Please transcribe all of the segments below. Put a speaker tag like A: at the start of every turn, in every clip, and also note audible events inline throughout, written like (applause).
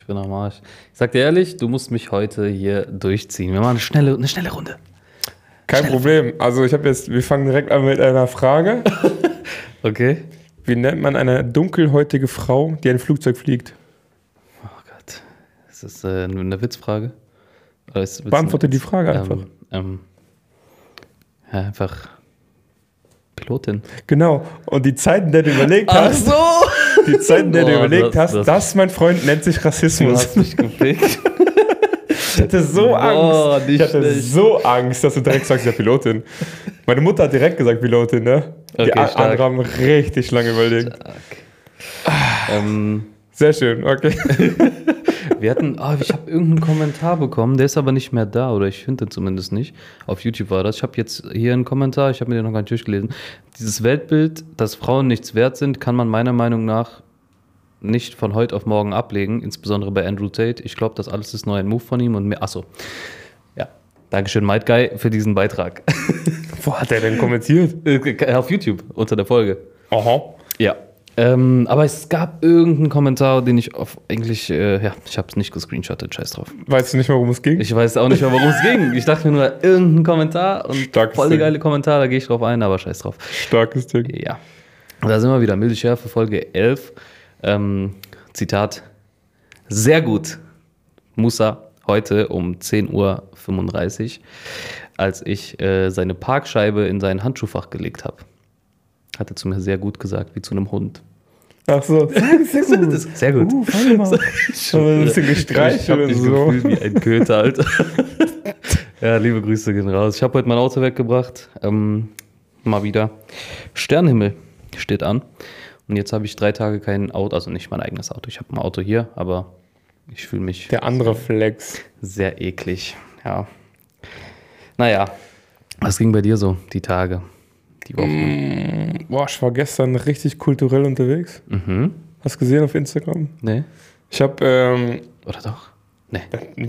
A: Ich bin am Arsch. Ich sag dir ehrlich, du musst mich heute hier durchziehen. Wir machen eine schnelle, eine schnelle Runde.
B: Kein Problem. Also ich habe jetzt, wir fangen direkt an mit einer Frage.
A: Okay?
B: Wie nennt man eine dunkelhäutige Frau, die ein Flugzeug fliegt?
A: Oh Gott. Ist das äh, eine Witzfrage? Oder ist Witz-
B: Beantworte die Frage einfach.
A: Ähm, ähm, ja, einfach Pilotin.
B: Genau. Und die Zeit, in der du überlegt hast,
A: so!
B: die Zeit, in der du
A: (laughs) Boah,
B: überlegt
A: das-
B: hast,
A: das-
B: das, mein Freund nennt sich
A: Du
B: Rassismus.
A: hast mich
B: (laughs)
A: gepickt.
B: Ich hatte so
A: Boah,
B: Angst.
A: nicht
B: Ich hatte
A: schlecht.
B: so Angst, dass du direkt sagst, ja, Pilotin. Meine Mutter hat direkt gesagt, Pilotin, ne?
A: Okay,
B: die a-
A: stark.
B: anderen haben richtig lange überlegt.
A: ähm,
B: Sehr
A: (laughs)
B: schön, okay.
A: Wir hatten, ah, ich habe irgendeinen Kommentar bekommen, der ist aber nicht mehr da oder ich finde ihn zumindest nicht. Auf YouTube war das. Ich habe jetzt hier einen Kommentar, ich habe mir den noch gar nicht durchgelesen. Dieses Weltbild, dass Frauen nichts wert sind, kann man meiner Meinung nach nicht von heute auf morgen ablegen, insbesondere bei Andrew Tate. Ich glaube, das alles ist neu ein Move von ihm und mir. Achso. Ja. Dankeschön, Might Guy, für diesen Beitrag. (laughs)
B: Wo hat er denn kommentiert?
A: Äh, auf YouTube, unter der Folge.
B: Aha.
A: Ja. Ähm, aber es gab irgendeinen Kommentar, den ich auf eigentlich, äh, ja, ich habe es nicht gescreenshottet, scheiß drauf.
B: Weißt du nicht mal, worum es ging?
A: Ich weiß auch nicht mehr, worum es ging. Ich dachte mir nur, irgendein Kommentar und
B: Starkes
A: voll der
B: Ding.
A: geile Kommentar, da gehe ich drauf ein, aber scheiß drauf.
B: Starkes Ding.
A: Ja. Da sind wir wieder. Milde Schärfe, Folge 11. Ähm, Zitat. Sehr gut. Musa heute um 10.35 Uhr, als ich äh, seine Parkscheibe in sein Handschuhfach gelegt habe. Hat er zu mir sehr gut gesagt, wie zu einem Hund. (laughs)
B: Ach so. Sehr gut.
A: Das- sehr gut.
B: Uh,
A: (laughs)
B: fang mal. Aber ein bisschen
A: Ich habe
B: gestreichelt und
A: mich
B: so.
A: gefühlt wie ein Köter,
B: (laughs)
A: Alter. ja, liebe Grüße gehen raus. Ich habe heute mein Auto weggebracht. Ähm, mal wieder. Sternenhimmel steht an. Und jetzt habe ich drei Tage kein Auto, also nicht mein eigenes Auto. Ich habe ein Auto hier, aber ich fühle mich
B: Der andere Flex.
A: sehr eklig. Ja. Naja, was ging bei dir so die Tage? Die
B: Mm.
A: Wochen?
B: Boah, ich war gestern richtig kulturell unterwegs.
A: Mhm.
B: Hast du gesehen auf Instagram?
A: Nee?
B: Ich habe, ähm,
A: Oder doch? Nee.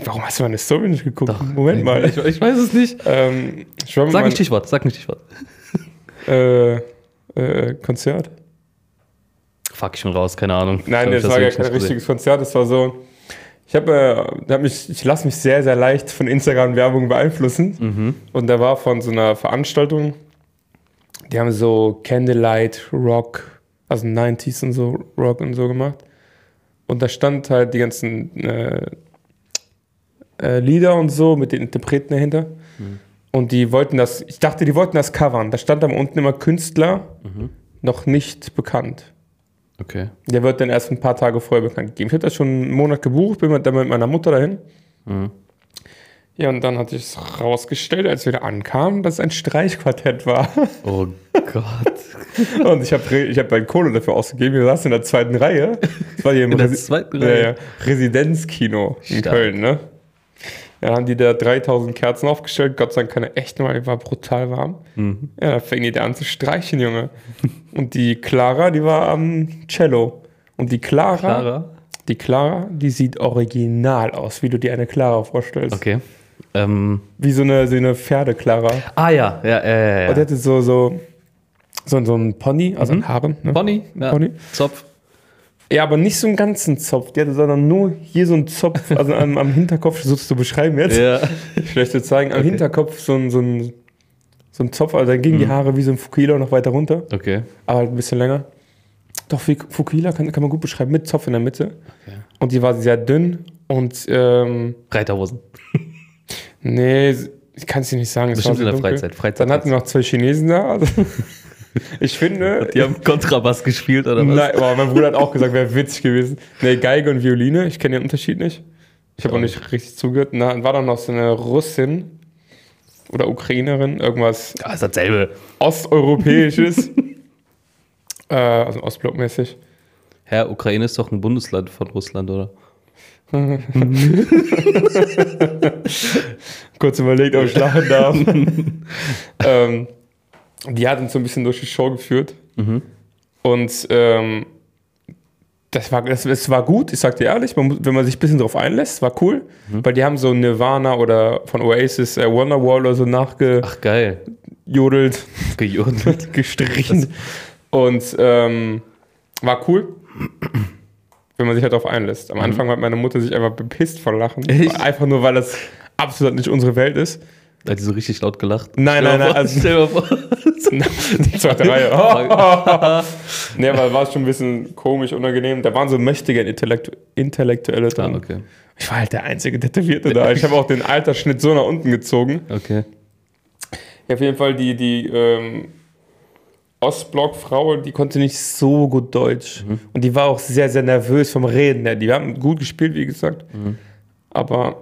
B: warum hast du meine Story nicht geguckt?
A: Doch.
B: Moment
A: Nee.
B: mal.
A: Ich, ich weiß es nicht.
B: ähm, ich war mit
A: Sag
B: meinem
A: nicht Stichwort, sag nicht Stichwort.
B: äh, äh, Konzert.
A: Fuck, ich bin raus, keine Ahnung.
B: Nein,
A: Ich glaub,
B: das war
A: hab
B: gar
A: ich
B: kein
A: nicht gesehen.
B: richtiges Konzert. Das war so. Ich habe, äh, hab mich, ich lasse mich sehr, sehr leicht von Instagram-Werbung beeinflussen.
A: Mhm,
B: Und da war von so einer Veranstaltung, die haben so Candlelight Rock, also 90s und so Rock und so gemacht. Und da stand halt die ganzen äh, äh, Lieder und so mit den Interpreten dahinter. Und die wollten das, ich dachte, die wollten das covern. Da stand aber unten immer Künstler, noch nicht bekannt.
A: Okay.
B: Der wird dann erst ein paar Tage vorher bekannt gegeben. Ich hatte das schon einen Monat gebucht, bin mit- dann mit meiner Mutter dahin.
A: Mhm.
B: Ja, und dann hatte ich es rausgestellt, als wir da ankamen, dass es ein Streichquartett war. (laughs)
A: Oh Gott. (laughs)
B: Und ich habe ich hab meine Kohle dafür ausgegeben. Wir saßen in der zweiten Reihe. Das war hier
A: (laughs)
B: im
A: In der
B: Resi-
A: zweiten
B: ja,
A: Reihe?
B: ja, Residenzkino in
A: Stark.
B: Köln, ne? Dann haben die da 3000 Kerzen aufgestellt. Gott sei Dank keine echten, weil die war brutal warm.
A: Mhm.
B: Ja, da fingen die da an zu streichen, Junge. Und die Clara, die war am Cello. Und die Clara,
A: Clara?
B: die Clara, die sieht original aus, wie du dir eine Clara vorstellst.
A: Okay. Ähm,
B: Wie so eine, so eine Pferde-Clara.
A: ah ja, ja, ja, ja.
B: Und die
A: ja.
B: hatte so, so, so, so ein Pony, also ein Harem. Ne?
A: Mhm. Pony, ja.
B: Pony?
A: Zopf.
B: Ja, aber nicht so einen ganzen Zopf, die hatte, sondern nur hier so einen Zopf, also am, am Hinterkopf, so zu beschreiben jetzt.
A: Ja.
B: Vielleicht zu zeigen, am Hinterkopf so ein, so ein, so ein Zopf, also dann gingen
A: Mhm.
B: die Haare wie so ein Fukuhila noch weiter runter,
A: (laughs) Okay.
B: aber halt ein bisschen länger. Doch, wie Fukuhila kann, kann man gut beschreiben, mit Zopf in der Mitte.
A: Okay.
B: Und die war sehr dünn und, ähm,
A: Reiterhosen.
B: Nee, ich kann es dir nicht sagen. es
A: Bestimmt
B: war so
A: in der
B: dunkel.
A: Freizeit, Freizeit,
B: Dann hatten wir noch zwei Chinesen da. Also (laughs)
A: (laughs)
B: ich finde.
A: Die haben Kontrabass gespielt oder was?
B: nein, boah, mein Bruder hat auch gesagt, wäre witzig gewesen. Nee, Geige und Violine, ich kenne den Unterschied nicht. Ich habe auch nicht richtig zugehört. Na, dann war doch noch so eine Russin oder Ukrainerin, irgendwas
A: Ah, ist dasselbe. (laughs)
B: Osteuropäisches. äh, also Ostblockmäßig.
A: Herr, Ukraine ist doch ein Bundesland von Russland, oder?
B: kurz überlegt, ob ich lachen darf. ähm, die hat uns so ein bisschen durch die Show geführt. Und ähm, das war, das, es war gut, ich sag dir ehrlich, man, muss- wenn man sich ein bisschen drauf einlässt, war cool, weil die haben so Nirvana oder von Oasis äh, Wonderwall oder so
A: Ach, geil.
B: nachgejodelt,
A: (laughs) Gejodelt.
B: gestrichen. Und ähm, war cool. wenn man sich halt darauf einlässt. Am Anfang hat meine Mutter sich einfach bepisst vor Lachen. Einfach nur, weil das absolut nicht unsere Welt ist.
A: Da hat die so richtig laut gelacht.
B: Nein, nein, nein, also-
A: stell dir mal vor. (laughs)
B: Die zweite Reihe. (laughs) nee, aber war schon ein bisschen komisch, unangenehm. Da waren so mächtige Intellektu Intellektuelle
A: Ah,
B: dran.
A: okay.
B: Ich war halt der einzige Tätowierte da. Ich habe auch den Altersschnitt so nach unten gezogen.
A: Okay.
B: Ja, auf jeden Fall die, die ähm, Ostblock-Frau, die konnte nicht so gut Deutsch.
A: Mhm.
B: Und die war auch sehr, sehr nervös vom Reden. her. Die haben gut gespielt, wie gesagt.
A: Mhm.
B: Aber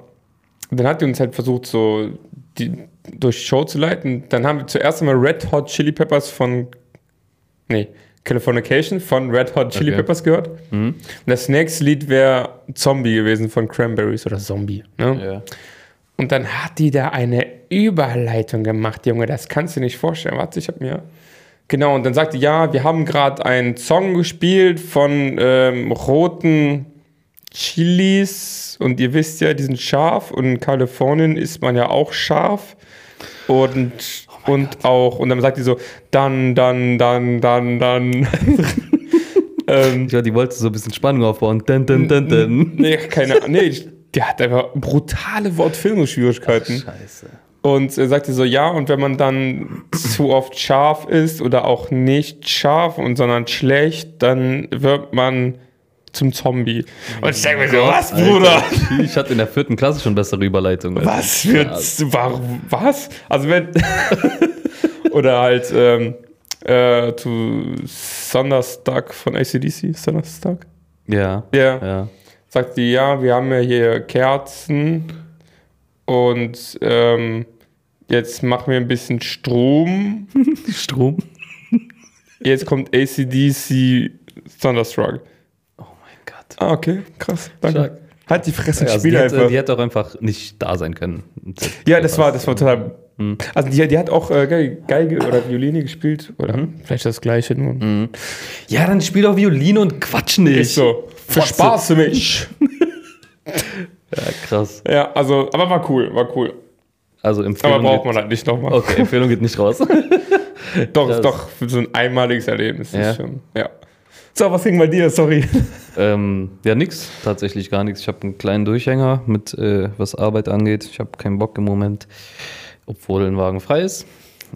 B: dann hat die uns halt versucht, so die, durch die Show zu leiten. Dann haben wir zuerst einmal Red Hot Chili Peppers von. Nee, Californication von Red Hot
A: Okay.
B: Chili
A: Mhm.
B: Peppers gehört. Und das nächste Lied wäre Zombie gewesen von Cranberries oder Zombie. Ne?
A: Ja.
B: Und dann hat die da eine Überleitung gemacht, Junge, das kannst du nicht vorstellen. Warte, ich hab mir. Genau, und dann sagt die, ja, wir haben gerade einen Song gespielt von ähm, roten Chilis. Und ihr wisst ja, die sind scharf. Und in Kalifornien ist man ja auch scharf. Und, und auch, und dann sagt die so, dann, dann, dann, dann, dann. (laughs) ähm,
A: Ja, die wollte so ein bisschen Spannung aufbauen. Dun, dun, dun, dun.
B: nee, keine Ahnung. Nee, ich- die hat einfach brutale Wortfindungsschwierigkeiten.
A: Scheiße.
B: Und er sagte so, ja, und wenn man dann zu oft scharf ist oder auch nicht scharf und sondern schlecht, dann wird man zum Zombie. Und ich denke mir so, was, Bruder?
A: Alter, Ich hatte in der vierten Klasse schon bessere Überleitung. Alter.
B: Was wird's? Warum? Was? Also wenn. (laughs) oder halt ähm, äh, zu Thunderstruck von ACDC, Thunderstruck.
A: Ja.
B: Ja.
A: Ja.
B: sagt die, ja, wir haben ja hier Kerzen und ähm, jetzt machen wir ein bisschen Strom.
A: Strom.
B: Jetzt kommt ACDC Thunderstruck.
A: Oh mein Gott.
B: Ah, okay, krass. Danke.
A: Stark.
B: Hat die Fresse,
A: Also
B: also
A: die,
B: Spiel
A: hätte,
B: einfach.
A: die hätte auch einfach nicht da sein können.
B: ja, das war, das war total.
A: Hm.
B: Also, die, die hat auch äh, Ge- Geige oder Violine gespielt. Oder
A: Mhm.
B: Hm. vielleicht das Gleiche nur.
A: Ja, dann spiel doch Violine und quatsch nicht.
B: Ich so. Verspaße mich.
A: Ja, krass.
B: (laughs) ja, also, aber war cool, war cool.
A: Also
B: Aber
A: Empfehlung.
B: braucht
A: geht,
B: man halt nicht nochmal.
A: Okay, Empfehlung geht nicht (laughs) raus.
B: Doch,
A: Das-
B: ist doch für so ein einmaliges Erlebnis.
A: Ja.
B: Ist schon, ja. So, was ging bei
A: (laughs)
B: dir? Sorry.
A: ähm, ja, nix. Tatsächlich gar nichts. Ich habe einen kleinen Durchhänger mit, äh, was Arbeit angeht. Ich habe keinen Bock im Moment, obwohl ein Wagen frei ist.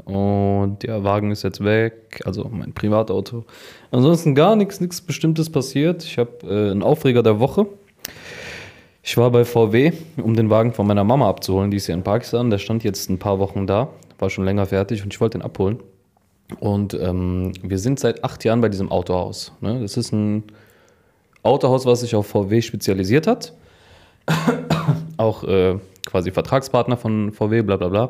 A: Und ja, Wagen ist jetzt weg, also mein Privatauto. Ansonsten gar nichts, nichts Bestimmtes passiert. Ich habe äh, einen Aufreger der Woche. Ich war bei VW, um den Wagen von meiner Mama abzuholen. Die ist ja in Pakistan. Der stand jetzt ein paar Wochen da, war schon länger fertig und ich wollte ihn abholen. Und ähm, wir sind seit acht Jahren bei diesem Autohaus. Ne? Das ist ein Autohaus, was sich auf VW spezialisiert hat. Auch äh, quasi Vertragspartner von VW, bla bla bla.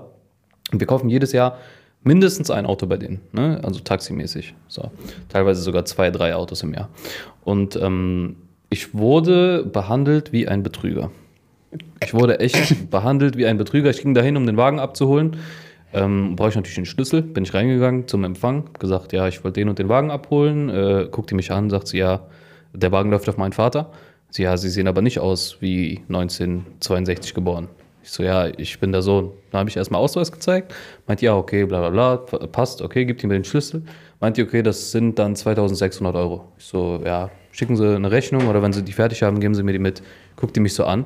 A: Und wir kaufen jedes Jahr mindestens ein Auto bei denen, ne? also taximäßig. So. Teilweise sogar zwei, drei Autos im Jahr. Und ähm, ich wurde behandelt wie ein Betrüger. Ich wurde echt behandelt wie ein Betrüger. Ich ging dahin, um den Wagen abzuholen. Ähm, brauche ich natürlich einen Schlüssel. Bin ich reingegangen zum Empfang, hab gesagt, ja, ich wollte den und den Wagen abholen. Äh, guckt die mich an, sagt sie, ja, der Wagen läuft auf meinen Vater. Sie, ja, sie sehen aber nicht aus wie 1962 geboren. Ich so, ja, ich bin der Sohn. Dann habe ich erstmal Ausweis gezeigt. Meint, ja, okay, bla bla bla, p- passt, okay, gibt ihm den Schlüssel. Meint, die, okay, das sind dann 2600 Euro. Ich so, ja, schicken Sie eine Rechnung oder wenn Sie die fertig haben, geben Sie mir die mit. Guckt die mich so an.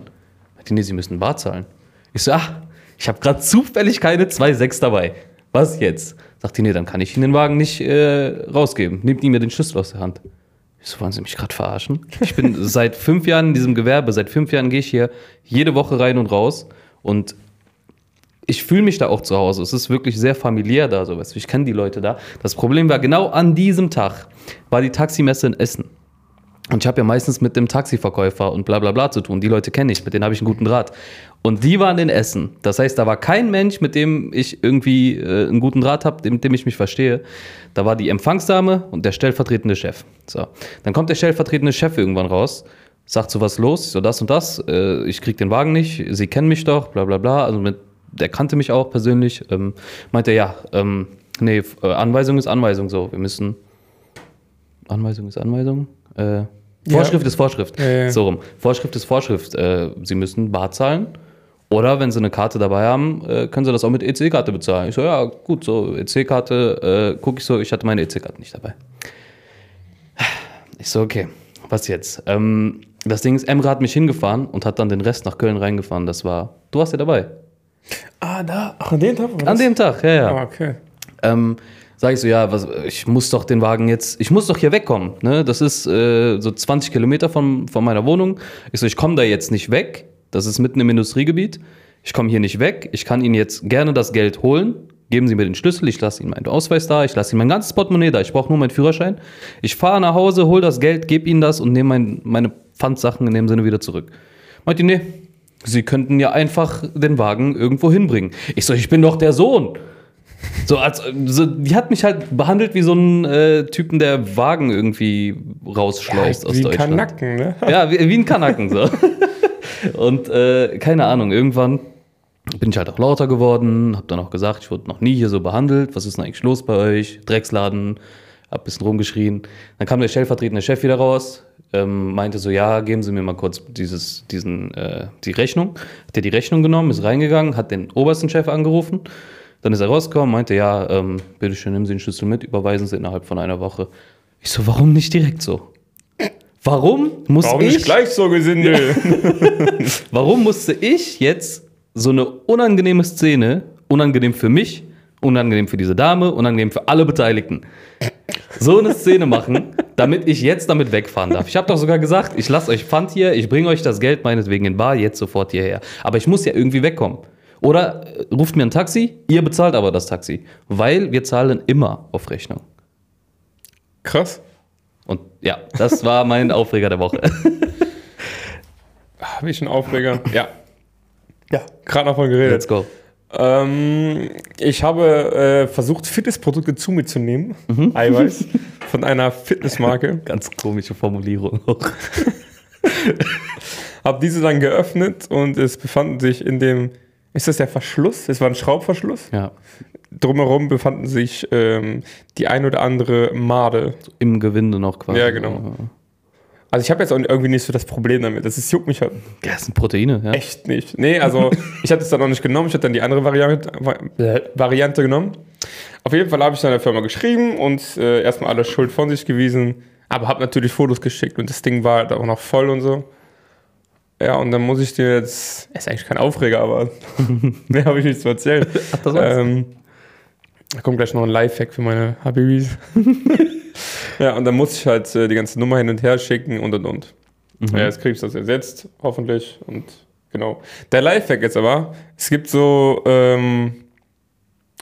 A: Meint die, nee, Sie müssen bar zahlen. Ich so, ach, ich habe gerade zufällig keine 2,6 dabei. Was jetzt? Sagt die, nee, dann kann ich Ihnen den Wagen nicht äh, rausgeben. Nehmt ihm mir den Schlüssel aus der Hand. Ich so, wollen Sie mich gerade verarschen? Ich bin seit fünf Jahren in diesem Gewerbe, seit fünf Jahren gehe ich hier jede Woche rein und raus und ich fühle mich da auch zu Hause. Es ist wirklich sehr familiär da, so weißt du. Ich kenne die Leute da. Das Problem war, genau an diesem Tag war die Taximesse in Essen. Und ich habe ja meistens mit dem Taxiverkäufer und bla bla bla zu tun. Die Leute kenne ich, mit denen habe ich einen guten Draht. Und die waren in Essen. Das heißt, da war kein Mensch, mit dem ich irgendwie äh, einen guten Draht habe, mit dem ich mich verstehe. Da war die Empfangsdame und der stellvertretende Chef. So. Dann kommt der stellvertretende Chef irgendwann raus, sagt so was los, so das und das, äh, ich krieg den Wagen nicht, sie kennen mich doch, bla bla bla. Also mit, der kannte mich auch persönlich. Ähm, meinte, ja, ähm, nee, F- äh, Anweisung ist Anweisung so. Wir müssen Anweisung ist Anweisung. Äh, Vorschrift ist Vorschrift.
B: Ja, ja.
A: So rum. Vorschrift ist Vorschrift. Äh, Sie müssen bar zahlen. Oder wenn Sie eine Karte dabei haben, äh, können Sie das auch mit EC-Karte bezahlen. Ich so, ja, gut, so E EC-Karte, äh, gucke ich so, ich hatte meine EC-Karte nicht dabei. Ich so, okay, was jetzt? Ähm, das Ding ist, Emre hat mich hingefahren und hat dann den Rest nach Köln reingefahren. Das war, du warst ja dabei.
B: Ah, da. Ach, an dem Tag? war
A: An
B: das?
A: dem Tag, ja, ja.
B: Ah, okay.
A: ähm, sage ich so, ja, was, ich muss doch den Wagen jetzt, ich muss doch hier wegkommen. Ne? Das ist äh, so 20 Kilometer von, von meiner Wohnung. Ich so, ich komme da jetzt nicht weg. Das ist mitten im Industriegebiet. Ich komme hier nicht weg. Ich kann Ihnen jetzt gerne das Geld holen. Geben Sie mir den Schlüssel, ich lasse Ihnen meinen Ausweis da, ich lasse Ihnen mein ganzes Portemonnaie da, ich brauche nur meinen Führerschein. Ich fahre nach Hause, hole das Geld, gebe Ihnen das und nehme mein, meine Pfandsachen in dem Sinne wieder zurück. Meint ihr, nee, Sie könnten ja einfach den Wagen irgendwo hinbringen. Ich so, ich bin doch der Sohn. So, als, so, die hat mich halt behandelt wie so einen äh, Typen, der Wagen irgendwie rausschleust aus
B: Wie
A: Deutschland.
B: Kanacken, ne?
A: Ja, wie, wie ein Kanaken so. Und äh, keine Ahnung, irgendwann bin ich halt auch lauter geworden, hab dann auch gesagt, ich wurde noch nie hier so behandelt, was ist denn eigentlich los bei euch? Drecksladen, hab ein bisschen rumgeschrien. Dann kam der stellvertretende Chef wieder raus, ähm, meinte so, ja, geben Sie mir mal kurz dieses, diesen, äh, die Rechnung. Hat er die Rechnung genommen, ist reingegangen, hat den obersten Chef angerufen. Dann ist er rausgekommen, meinte, ja, ähm, bitteschön, nehmen Sie den Schlüssel mit, überweisen Sie innerhalb von einer Woche. Ich so, warum nicht direkt so? Warum muss
B: Warum
A: ich
B: nicht gleich so gesindel?
A: Warum musste ich jetzt so eine unangenehme Szene, unangenehm für mich, unangenehm für diese Dame, unangenehm für alle Beteiligten, so eine Szene
B: (laughs)
A: machen, damit ich jetzt damit wegfahren darf? Ich habe doch sogar gesagt, ich lasse euch Pfand hier, ich bringe euch das Geld meinetwegen in Bar jetzt sofort hierher. Aber ich muss ja irgendwie wegkommen. Oder äh, ruft mir ein Taxi, ihr bezahlt aber das Taxi. Weil wir zahlen immer auf Rechnung.
B: (laughs) Krass.
A: Und ja, das war
B: (laughs)
A: mein Aufreger der Woche.
B: Habe ich einen Aufreger? Ja.
C: Ja.
B: Gerade davon geredet.
A: Let's go.
B: Ähm, ich habe äh, versucht, Fitnessprodukte zu mir zu nehmen. (laughs) Eiweiß. Von einer Fitnessmarke.
A: Ganz komische Formulierung auch.
B: Habe diese dann geöffnet und es befanden sich in dem. Ist das der Verschluss? Es war ein Schraubverschluss.
A: Ja.
B: Drumherum befanden sich ähm, die ein oder andere Made.
A: Im Gewinde noch quasi.
B: Ja, genau. Also ich habe jetzt auch irgendwie nicht so das Problem damit. Das ist, juckt mich halt
A: Ja, das sind Proteine, ja.
B: echt nicht. Nee, also ich hatte es dann noch nicht genommen. Ich hatte dann die andere Variante, äh, Variante genommen. Auf jeden Fall habe ich dann der Firma geschrieben und äh, erstmal alle Schuld von sich gewiesen. Aber habe natürlich Fotos geschickt und das Ding war halt auch noch voll und so. Ja, und dann muss ich dir jetzt. Ist eigentlich kein Aufreger, aber (laughs) mehr habe ich nicht zu erzählen.
A: Ach, das war's.
B: Ähm, da kommt gleich noch ein Lifehack für meine
A: (laughs)
B: Habibis. ja, und dann muss ich halt äh, die ganze Nummer hin und her schicken und und und.
A: Mhm.
B: Ja, jetzt kriegst du das ersetzt, hoffentlich. Und genau. Der Lifehack jetzt aber, es gibt so ähm,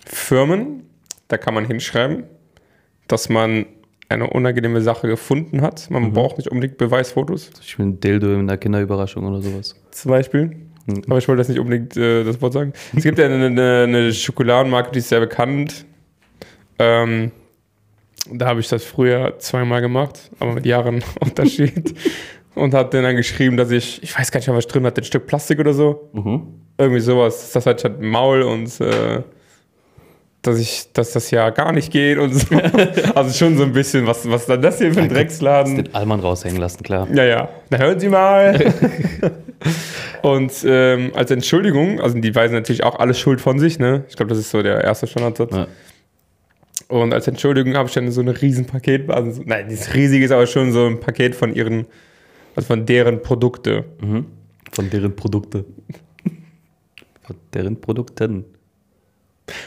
B: Firmen, da kann man hinschreiben, dass man eine unangenehme Sache gefunden hat. Man
A: Mhm.
B: braucht nicht unbedingt Beweisfotos,
A: Ich will ein Dildo in der Kinderüberraschung oder sowas.
B: zum Beispiel.
A: Mhm.
B: Aber ich wollte das nicht unbedingt äh, das Wort sagen. Es gibt ja eine, eine, eine Schokoladenmarke, die ist sehr bekannt. Ähm, da habe ich das früher zweimal gemacht, aber mit Jahren (laughs) Unterschied. Und habe denen dann geschrieben, dass ich, ich weiß gar nicht mehr, was drin hat, ein Stück Plastik oder so. Irgendwie sowas. Das hat halt ein Maul und äh, dass ich, dass das ja gar nicht geht und so. Also schon so ein bisschen, was, was ist denn das hier für ein Drecksladen?
A: Den Allmann raushängen lassen, klar.
B: Ja, ja. Na, hören
A: (laughs)
B: Sie mal. und ähm, als Entschuldigung, also die weisen natürlich auch alle Schuld von sich, ne? Ich glaube, das ist so der erste Standardsatz.
A: Ja.
B: Und als Entschuldigung habe ich dann so ein riesen Paket, also, so- nein, dieses riesige ist aber schon so ein Paket von ihren, also von deren Produkte.
A: Von deren Produkte. Von deren Produkten.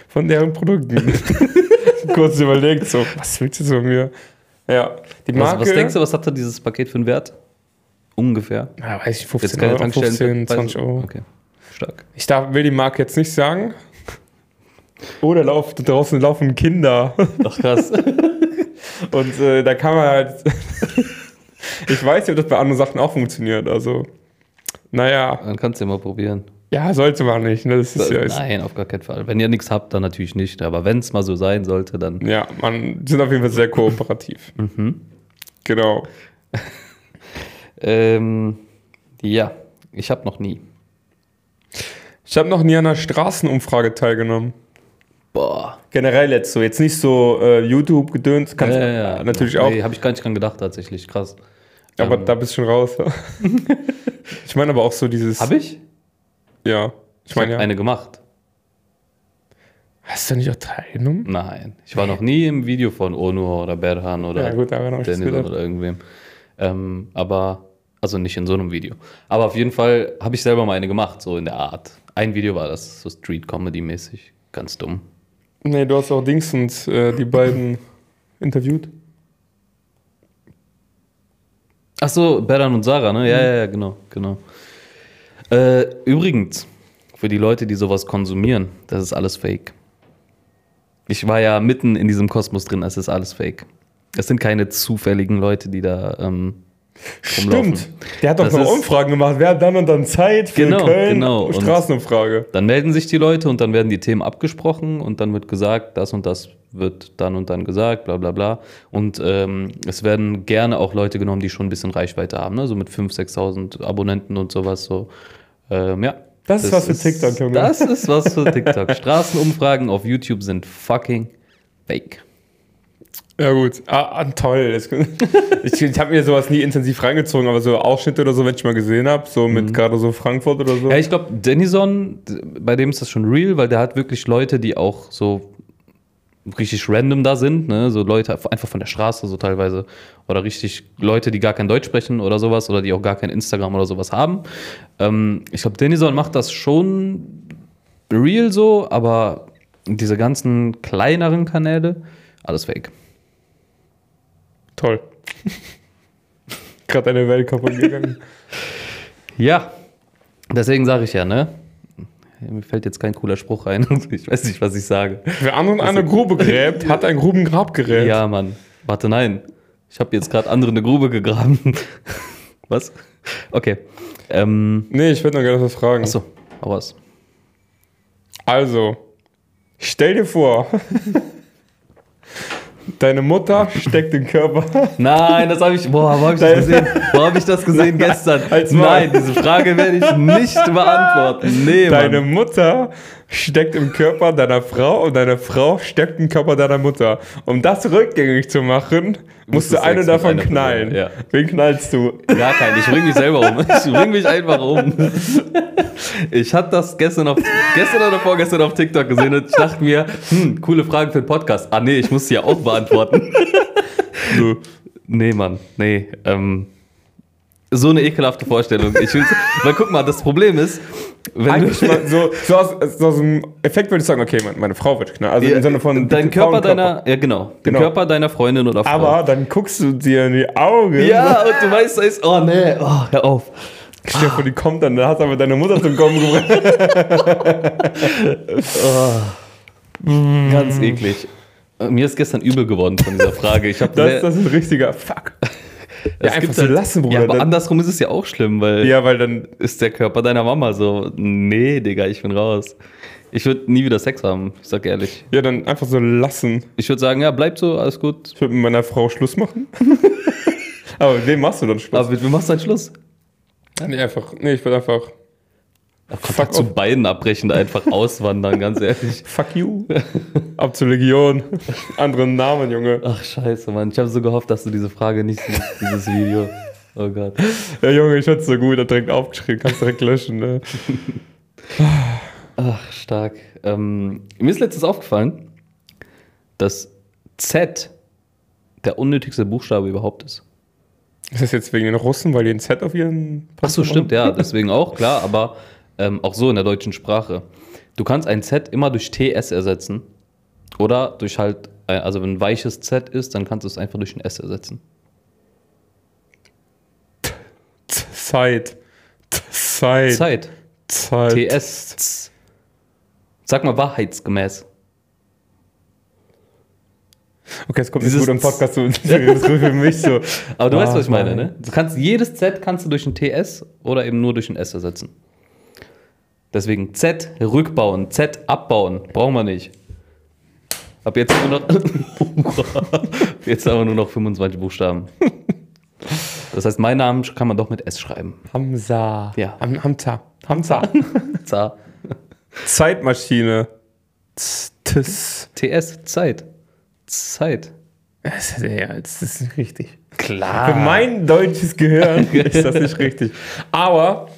B: Von deren Produkten.
A: (laughs)
B: (laughs) Kurz überlegt, so, was willst du so mir? Ja, die Marke.
A: Was, was denkst du, was hat da dieses Paket für einen Wert? Ungefähr.
B: Ja, ah, weiß ich,
A: Jetzt
B: 15
A: keine
B: Euro,
A: Tankstellen.
B: 15,
A: Preise?
B: 20 Euro.
A: Okay. Stark.
B: Ich darf, will die Marke jetzt nicht sagen. Oder lauft draußen laufen Kinder.
A: Ach
B: (laughs)
A: krass.
B: Und äh, da kann man halt. (laughs) ich weiß nicht, ob das bei anderen Sachen auch funktioniert. Also, naja,
A: Dann kannst du ja mal probieren. Äh,
B: ja, sollte man nicht. Ne? Das ist ja, ist,
A: Nein, auf gar keinen Fall. Wenn ihr nichts habt, dann natürlich nicht. Aber wenn es mal so sein sollte, dann.
B: ja, man sind auf jeden Fall sehr kooperativ. Genau.
A: Ähm, ja, ich habe noch nie.
B: Ich habe noch nie an einer Straßenumfrage teilgenommen.
A: Boah.
B: Generell jetzt so. Jetzt nicht so äh, YouTube gedöns, kannst
A: Ja, ja, ja.
B: natürlich auch.
A: Nee, habe ich gar nicht dran gedacht, tatsächlich. Krass.
B: aber
A: ähm,
B: da bist du schon (laughs) raus. Ja. ich meine aber auch so dieses.
A: Habe ich?
B: Ja. Ich meine ja.
A: Eine gemacht.
B: Hast du nicht auch teilgenommen?
A: Nein. Ich war noch nie im Video von Onur oder Berhan oder
B: Ja, gut, da war noch nichts
A: Dennis
B: gedacht.
A: oder irgendwem. Ähm, aber, also nicht in so einem Video. Aber auf jeden Fall habe ich selber mal eine gemacht, so in der Art. Ein Video war das, so Street-Comedy-mäßig. Ganz dumm.
B: Nee, du hast auch Dings und äh, die beiden interviewt.
A: Ach so, Berdan und Sarah, ne? Ja, ja, ja, genau, genau. Äh, übrigens, für die Leute, die sowas konsumieren, das ist alles fake. Ich war ja mitten in diesem Kosmos drin, es ist alles fake. Es sind keine zufälligen Leute, die da ähm, rumlaufen.
B: Stimmt. Der hat doch
A: Das
B: noch
A: ist-
B: Umfragen gemacht. Wer hat dann und dann Zeit für
A: Genau,
B: Köln?
A: genau. Und-
B: Straßenumfrage.
A: Dann melden sich die Leute und dann werden die Themen abgesprochen und dann wird gesagt, das und das wird dann und dann gesagt, bla bla bla. Und ähm, es werden gerne auch Leute genommen, die schon ein bisschen Reichweite haben, ne? so mit 5.000, 6.000 Abonnenten und sowas. So. Ähm, ja.
B: Das ist was für TikTok, Junge.
A: Das ist was für
B: (laughs)
A: TikTok. Straßenumfragen auf YouTube sind fucking fake.
B: Ja, gut. Ah, ah, toll. Es- (laughs) Ich, ich habe mir sowas nie intensiv reingezogen, aber so Ausschnitte oder so, wenn ich mal gesehen habe, so mit gerade so Frankfurt oder so.
A: Mhm. Ja, ich glaube, Denison, d- bei dem ist das schon real, weil der hat wirklich Leute, die auch so richtig random da sind, ne? So Leute einfach von der Straße so teilweise oder richtig Leute, die gar kein Deutsch sprechen oder sowas oder die auch gar kein Instagram oder sowas haben. Ähm, ich glaube, Denison macht das schon real so, aber diese ganzen kleineren Kanäle, alles fake.
B: Toll. gerade eine Welt
A: (laughs)
B: kaputt gegangen.
A: Ja, deswegen sage ich ja, ne? Mir fällt jetzt kein cooler Spruch ein. (laughs) Ich weiß nicht, was ich sage.
B: Wer anderen eine Grube gräbt, hat ein Grubengrab gerät.
A: Ja, Mann. Warte, nein. Ich habe jetzt gerade andere eine Grube gegraben. (laughs) Was? Okay. Ähm,
B: Nee, ich würde noch gerne was fragen.
A: achso, hau raus.
B: Also, stell dir vor, (laughs) deine Mutter steckt den Körper.
A: Nein, das habe ich. Boah, wo habe ich das gesehen? Wo habe ich das gesehen gestern?
B: halt's Maul.
A: Nein, diese Frage werde ich nicht beantworten. Nee,
B: Deine
A: Mann.
B: Mutter steckt im Körper deiner Frau und deine Frau steckt im Körper deiner Mutter. Um das rückgängig zu machen, musst
A: du
B: du eine
A: Sex mit
B: davon
A: einer
B: knallen.
A: Person, ja.
B: Wen knallst du?
A: Gar kein. Ich bring mich selber um. Ich bring mich einfach um. Ich hatte das gestern auf gestern oder vorgestern auf TikTok gesehen und ich dachte mir, hm, coole Frage für den Podcast. Ah nee, ich muss sie ja auch beantworten.
B: Du.
A: Nee, Mann, nee. Ähm, so eine ekelhafte Vorstellung. Ich will's, (laughs) weil guck mal, das Problem ist, wenn du,
B: (laughs) Eigentlich mal so, so, aus, so aus dem Effekt würde ich sagen, okay, meine, meine Frau wird knallen. Also im Sinne
A: (laughs)
B: von
A: dein Körper
B: Frauenkörper.
A: deiner, ja genau, den
B: Genau.
A: Körper deiner Freundin oder Frau.
B: Aber dann guckst du dir in die Augen.
A: ja, und du weißt, da ist, oh nee, oh, hör auf.
B: Stell dir vor, die kommt dann, dann hast du aber deine Mutter zum Kommen gebracht. Mm.
A: Ganz eklig. Äh, Mir ist gestern übel geworden von dieser Frage. Ich habe
B: (laughs) Das, das ist ein richtiger Fuck. Ja, einfach so lassen, Bruder.
A: halt- Ja, aber
B: Dann-
A: andersrum ist es ja auch schlimm, weil
B: Ja, weil dann
A: ist der Körper deiner Mama so, nee, Digga, ich bin raus. Ich würde nie wieder Sex haben, ich sag ehrlich.
B: Ja, dann einfach so lassen.
A: Ich würde sagen, ja, bleibt so, alles gut,
B: Ich würde mit meiner Frau Schluss
A: (laughs)
B: machen. Aber mit wem machst du dann Schluss?
A: Aber wie machst du einen Schluss?
B: nee, einfach. Nee, ich würde einfach.
A: Kontakt zu beiden abbrechen, einfach (laughs) auswandern, ganz ehrlich.
B: Fuck you. Ab zur Legion. Anderen Namen, Junge.
A: Ach scheiße, Mann. Ich habe so gehofft, dass du diese Frage nicht siehst, dieses Video. Oh Gott.
B: Ja, Junge, ich fand's so gut. Hat direkt aufgeschrieben. Kannst direkt löschen, ne?
A: Ach, stark. Ähm, mir ist letztens aufgefallen, dass Z der unnötigste Buchstabe überhaupt ist.
B: Ist das jetzt wegen den Russen, weil die ein Z auf ihren.
A: Ach so, stimmt, ja, deswegen auch, klar, aber ähm, auch so in der deutschen Sprache. Du kannst ein Z immer durch TS ersetzen. Oder durch halt, äh, also wenn ein weiches Z ist, dann kannst du es einfach durch ein S ersetzen.
B: Zeit. Zeit.
A: Zeit.
B: Zeit.
A: TS. Tz. Sag mal wahrheitsgemäß.
B: Okay, es kommt
A: Dieses
B: nicht gut im Podcast.
A: (laughs)
B: So, das ist für mich so.
A: Aber du weißt, was ich
B: Ah,
A: meine,
B: nein.
A: ne? Du kannst jedes Z kannst du durch ein TS oder eben nur durch ein S ersetzen. Deswegen Z rückbauen, Z abbauen, brauchen wir nicht. Ab jetzt nur noch (laughs) Ab jetzt haben wir nur noch 25 Buchstaben. Das heißt, meinen Namen kann man doch mit S schreiben.
B: Hamza.
A: Ja.
B: Ham Hamza. Hamza.
A: Za.
B: Zeitmaschine. Tss.
A: TS Zeit. Zeit.
B: Das ist, ja, das ist nicht richtig. Ah.
A: Klar.
B: Für mein deutsches (laughs) Gehirn ist das nicht richtig. Aber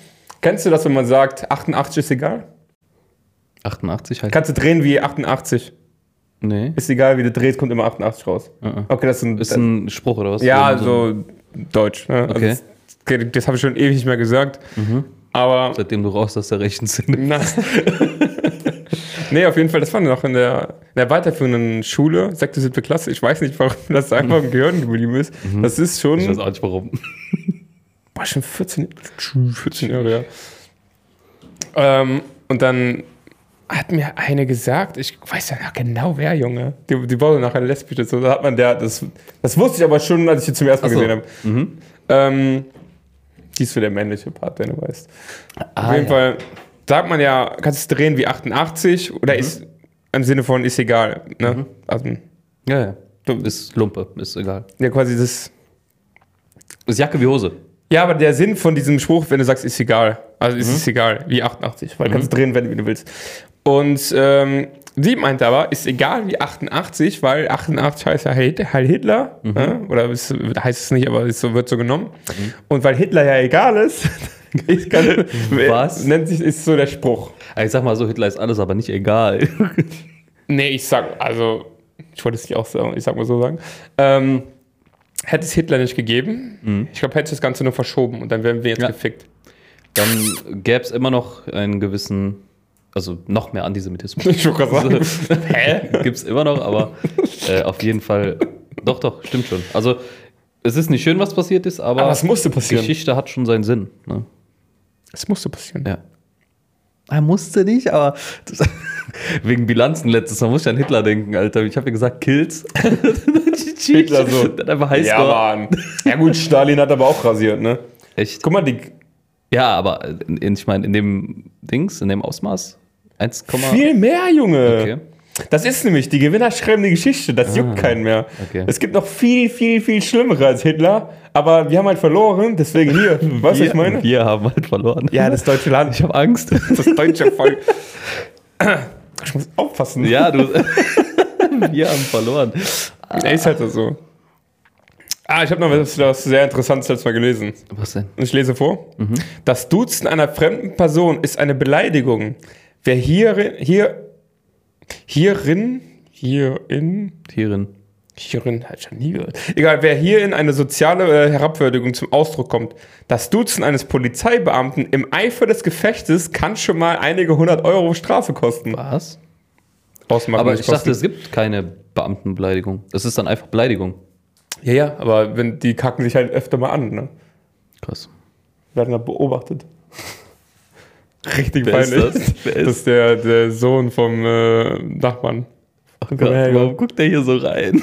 B: kennst du das, wenn man sagt, 88 ist egal?
A: 88 halt.
B: Kannst du drehen wie 88?
A: Nee.
B: Ist egal, wie du drehst, kommt immer 88 raus.
A: Ah, ah.
B: Okay, das Uh-uh. ist ein.
A: Ist ein Spruch oder was?
B: ja, also
A: Oder
B: so deutsch. Ne?
A: Okay.
B: Also das das habe ich schon ewig nicht mehr gesagt. Aber.
A: Seitdem du raus aus der rechten Szene.
B: Na, (laughs) nee, auf jeden Fall, das war noch in der, in der weiterführenden Schule, sechste, siebte Klasse. Ich weiß nicht, warum das einfach im Gehirn geblieben ist. Das ist schon.
A: Mhm. Ich weiß auch nicht warum.
B: war schon 14, 14 Jahre, ja. Ähm, und dann hat mir eine gesagt, ich weiß ja noch genau wer, Junge. Die, die war so nachher lesbisch. So, da hat man der, das, das wusste ich aber schon, als ich sie zum ersten Mal
A: Ach so. Mhm.
B: gesehen habe. Ähm, die ist für der männliche Part, wenn du weißt. Auf
A: Ah,
B: jeden
A: ja.
B: Fall sagt man ja, kannst du es drehen wie 88 oder
A: Mhm.
B: ist im Sinne von ist egal. Ne? Also,
A: Ja, ja.
B: du,
A: Ist Lumpe, ist egal.
B: ja, quasi das.
A: Ist Jacke wie Hose.
B: Ja, aber der Sinn von diesem Spruch, wenn du sagst, ist egal. Also
A: Mhm.
B: ist es egal, wie 88, weil du kannst drehen, wenn wie du willst. Und ähm, sie meinte aber, ist egal wie 88, weil 88 heißt ja Heil Heil Hitler.
A: Mhm.
B: Ne? Oder es, heißt es nicht, aber es so- wird so genommen.
A: Mhm.
B: Und weil Hitler ja egal ist, (laughs) ist ganz-
A: Was?
B: nennt sich, ist so der Spruch.
A: Aber Also Ich sag mal so, Hitler ist alles, aber nicht egal.
B: (laughs) Nee, ich sag, also, ich wollte es nicht auch sagen, ich sag mal so sagen. Ähm, hätte es Hitler nicht gegeben, ich glaube, hätte es das Ganze nur verschoben und dann wären wir jetzt
A: Ja.
B: gefickt. (laughs)
A: Dann gäbe es immer noch einen gewissen, also noch mehr Antisemitismus.
B: Ich wollte (laughs) gerade sagen. Hä?
A: Gibt es immer noch, aber äh, auf jeden Fall. Doch, doch, stimmt schon. Also, es ist nicht schön, was passiert ist, aber,
B: Aber es musste passieren.
A: Geschichte hat schon seinen Sinn. Ne?
B: Es musste passieren.
A: Ja. Er musste nicht, aber das, (laughs) wegen Bilanzen letztes Mal muss ich an Hitler denken, Alter. Ich habe ja gesagt, Kills.
B: (laughs)
A: Hitler (laughs)
B: so.
A: Dann einfach Highscore.
B: Ja, Mann. Ja gut, Stalin hat aber auch rasiert, ne?
A: Echt?
B: Guck mal, die
A: Ja, aber in, in, ich meine, in dem Dings, in dem Ausmaß 1,
B: viel mehr, Junge.
A: okay. Ah,
B: Das ist nämlich, die Gewinner schreiben die Geschichte, das juckt keinen mehr.
A: okay.
B: Es gibt noch viel, viel, viel Schlimmere als Hitler, aber wir haben halt verloren, deswegen hier, weißt du, was ich meine?
A: Wir haben halt verloren.
B: Ja, das deutsche Land,
A: Ich habe Angst.
B: (laughs) das deutsche Volk. Ich muss aufpassen.
A: ja, du. (laughs) wir haben verloren.
B: Ey, ist halt so. Ah, ich habe noch was, was sehr Interessantes letztes Mal gelesen.
A: Was denn?
B: Und Ich lese vor.
A: Mhm.
B: Das Duzen einer fremden Person ist eine Beleidigung. Wer hierin, hier, hierin, hierin,
A: Tieren.
B: hierin, hat schon nie gehört. Egal, wer hierin eine soziale äh, Herabwürdigung zum Ausdruck kommt. Das Duzen eines Polizeibeamten im Eifer des Gefechtes kann schon mal einige hundert Euro Strafe kosten.
A: Was?
B: Ausmachen,
A: Aber
B: nicht
A: ich dachte,
B: kosten.
A: es gibt keine Beamtenbeleidigung. Es ist dann einfach Beleidigung.
B: Ja, ja, aber wenn, die kacken sich halt öfter mal an, ne?
A: Krass.
B: Werden da beobachtet. Richtig
A: Wer ist
B: peinlich.
A: das? Wer ist-
B: Das ist der, der Sohn vom äh, Nachbarn.
A: (laughs) Oh Gott, warum guckt der hier so rein?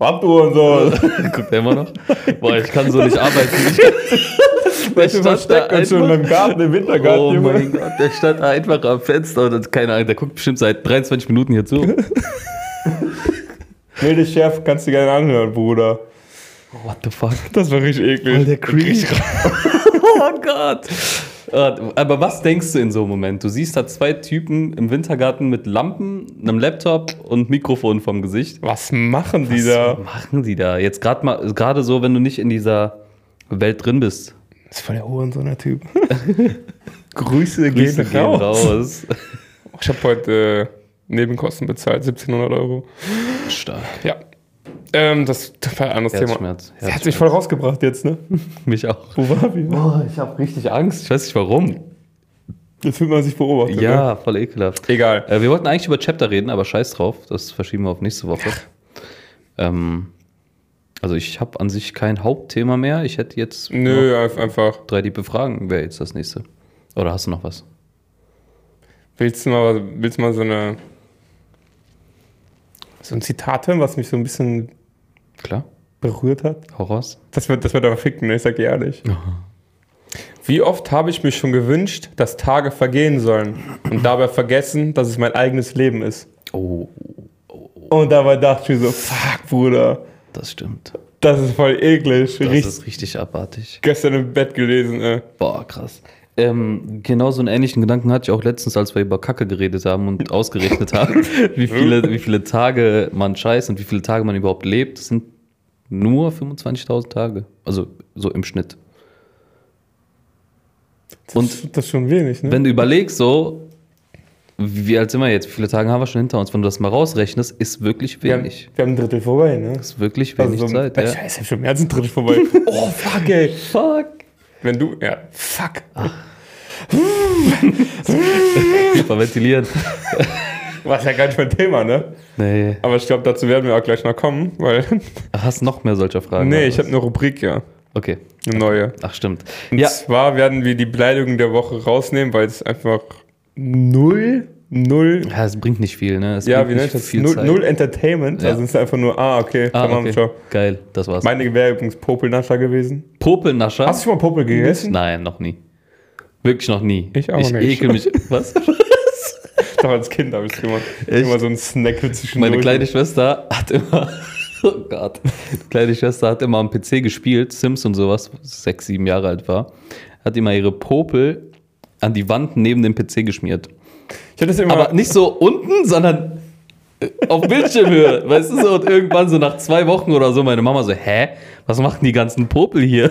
B: Habt du und so.
A: (laughs) guckt der immer noch? Boah, ich kann so nicht arbeiten. der
B: Wir
A: stand da
B: verstecken uns schon
A: einfach,
B: im Garten, im Wintergarten.
A: oh
B: Junge.
A: mein Gott, der stand da einfach am Fenster und hat keine Ahnung, der guckt bestimmt seit 23 Minuten hier zu.
B: Wilde Chef, kannst du gerne anhören, Bruder.
A: Oh, What the fuck?
B: Das war richtig eklig.
A: der Creep. (laughs) oh Gott. Ah, Aber was denkst du in so einem Moment? Du siehst da zwei Typen im Wintergarten mit Lampen, einem Laptop und Mikrofon vom Gesicht.
B: Was machen die
A: Was
B: da?
A: machen die da? Jetzt gerade mal, gerade so, wenn du nicht in dieser Welt drin bist.
B: Das ist voll der
A: ne,
B: Hurensohner Typ. Grüße,
A: Grüße gehen (laughs) raus.
B: (laughs) Ich habe heute äh, Nebenkosten bezahlt, 1700 Euro.
A: Stark.
B: Ja. Ähm, das, das war ein anderes Thema.
A: Herzschmerz.
B: Das hat mich voll rausgebracht jetzt, ne?
A: (laughs) Mich auch.
B: Wo war wir?
A: Boah, ich habe richtig Angst. Ich weiß nicht warum.
B: Jetzt fühlt man sich beobachtet. Ne?
A: Ja, voll ekelhaft.
B: Egal.
A: Äh, wir wollten eigentlich über Chapter reden, aber scheiß drauf. Das verschieben wir auf nächste Woche. ähm, also ich habe an sich kein Hauptthema mehr. Ich hätte jetzt noch
B: Nö, einf- einfach.
A: drei diebe Fragen. Wäre jetzt das nächste. Oder hast du noch was?
B: Willst du mal, willst du mal so eine. So ein Zitat hören, was mich so ein bisschen
A: Klar.
B: berührt hat?
A: Horrors.
B: Das wird, das wird aber ficken, ne? ich sag dir ehrlich. Wie oft habe ich mich schon gewünscht, dass Tage vergehen sollen und dabei vergessen, dass es mein eigenes Leben ist.
A: Oh,
B: Und dabei dachte ich mir so, fuck, Bruder,
A: das stimmt.
B: das ist voll eklig.
A: Das
B: Richtig
A: ist richtig abartig.
B: gestern im Bett gelesen, ey.
A: Boah, krass. Ähm, genau so einen ähnlichen Gedanken hatte ich auch letztens, als wir über Kacke geredet haben und ausgerechnet
B: (laughs)
A: haben, wie viele, wie viele Tage man scheißt und wie viele Tage man überhaupt lebt. Das sind nur 25.000 Tage. Also so im Schnitt.
B: Das,
A: Und-
B: ist- das ist schon wenig, ne?
A: Wenn du überlegst, so, Wie alt sind wir jetzt? Wie viele Tage haben wir schon hinter uns? Wenn du das mal rausrechnest, ist wirklich
B: Wir haben,
A: wenig.
B: wir haben ein Drittel vorbei, ne?
A: Ist wirklich wenig
B: so-
A: Zeit.
B: Ach,
A: Ja.
B: Scheiße, ich hab schon mehr als ein Drittel vorbei.
A: (laughs)
B: oh, fuck, ey.
A: Fuck.
B: Wenn du, ja, fuck.
A: Verventilieren.
B: Was ja gar nicht mein Thema, ne?
A: Nee.
B: Aber ich glaube, dazu werden wir auch gleich noch kommen, weil. (laughs)
A: Hast noch mehr solcher Fragen?
B: nee,
A: oder
B: ich
A: was?
B: habe eine Rubrik, ja.
A: Okay.
B: Eine neue.
A: Ach, stimmt.
B: Und
A: Ja.
B: zwar werden wir die Beleidigung der Woche rausnehmen, weil es einfach null, null.
A: ja, es bringt nicht viel, ne? Es
B: Ja,
A: bringt
B: wie
A: nicht
B: nennt das?
A: viel
B: Null,
A: Zeit.
B: null Entertainment.
A: Ja.
B: Also es ist einfach nur, ah, okay,
A: Ah,
B: tamam,
A: okay.
B: ciao.
A: Geil, das war's.
B: Meine wäre übrigens Popelnascher gewesen.
A: Popelnascher?
B: Hast du schon mal Popel gegessen?
A: Nein, noch nie. Wirklich noch nie.
B: Ich auch
A: ich
B: nicht.
A: Ich ekel
B: (laughs)
A: mich. Was?
B: Doch, als Kind habe ich es gemacht. Immer so ein Snack zwischen
A: Meine kleine Schwester hat immer. (laughs) Oh Gott. Die kleine Schwester hat immer am PC gespielt, Sims und sowas, sechs, sieben Jahre alt war. Hat immer ihre Popel an die Wand neben dem PC geschmiert.
B: Ich hatte es immer.
A: Aber nicht so unten, sondern äh, auf Bildschirmhöhe. (laughs) weißt du so? Und irgendwann so nach zwei Wochen oder so, meine Mama so: Hä? Was machen die ganzen Popel hier?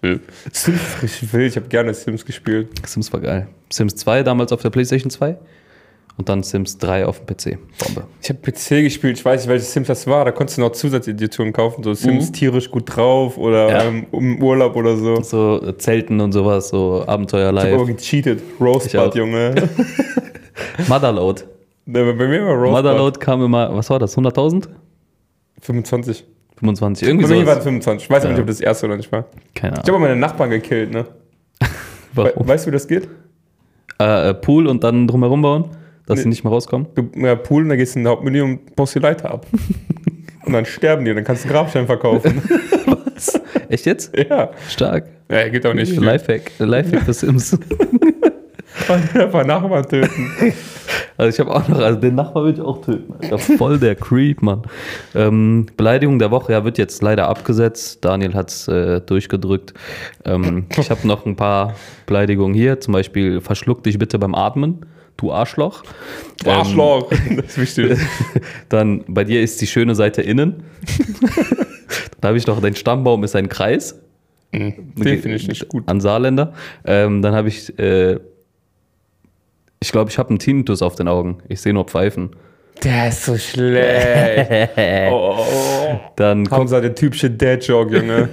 B: Sims, ich will, ich habe gerne Sims gespielt.
A: Sims war geil. Sims 2 damals auf der PlayStation 2 und dann Sims 3 auf dem PC. Bombe.
B: Ich habe PC gespielt, ich weiß nicht, welches Sims das war. Da konntest du noch Zusatzeditionen kaufen, so Sims tierisch gut drauf oder
A: Mhm. Ja.
B: ähm, im Urlaub oder so. Ich
A: So äh, Zelten und sowas, so
B: habe aber
A: Abenteuerlife.
B: gecheatet.
A: Ich auch.
B: Rosebud,
A: (laughs)
B: Junge. (laughs)
A: Motherload.
B: Ne, Bei mir war Rosebud
A: Motherload kam immer, was war das, 100.000?
B: 25.
A: 25, irgendwie
B: Bei mir war es
A: sowas.
B: 25. Ich weiß aber
A: Ja.
B: nicht, ob das erste oder nicht war.
A: Keine
B: Ich habe
A: Ahnung.
B: meine Nachbarn gekillt, ne? We
A: Warum?
B: weißt du, wie das geht?
A: Äh, äh, Pool und dann drumherum bauen, dass sie
B: Nee.
A: nicht mehr rauskommen.
B: Du ja, poolen, dann gehst du in den Hauptmenü und baust die Leiter
A: (laughs)
B: ab. und dann sterben die, dann kannst du einen Grabstein verkaufen.
A: Echt
B: (laughs)
A: jetzt?
B: ja.
A: Stark.
B: ja, geht auch nicht.
A: Lifehack. Lifehack für Sims.
B: (laughs) Einfach Nachbarn töten.
A: Also ich habe auch noch, also den Nachbar will ich auch töten. Alter. (laughs) Voll der Creep, Mann. Ähm, Beleidigung der Woche, ja, wird jetzt leider abgesetzt. Daniel hat es äh, durchgedrückt. Ähm, ich habe noch ein paar Beleidigungen hier. Zum Beispiel, verschluck dich bitte beim Atmen, du Arschloch. Ähm, (laughs)
B: Du Arschloch. das ist wichtig.
A: Dann, bei dir ist die schöne Seite
B: (laughs)
A: innen. Dann habe ich noch, dein Stammbaum ist ein Kreis.
B: Hm. Den finde ich nicht gut.
A: An Saarländer. Ähm, dann habe ich, äh, ich glaube, ich habe einen Tinnitus auf den Augen. Ich sehe nur Pfeifen.
B: Der ist so schlecht. (laughs) oh, oh, oh.
A: Dann Ko
B: Hamza, der typische Dad-Joke, Junge.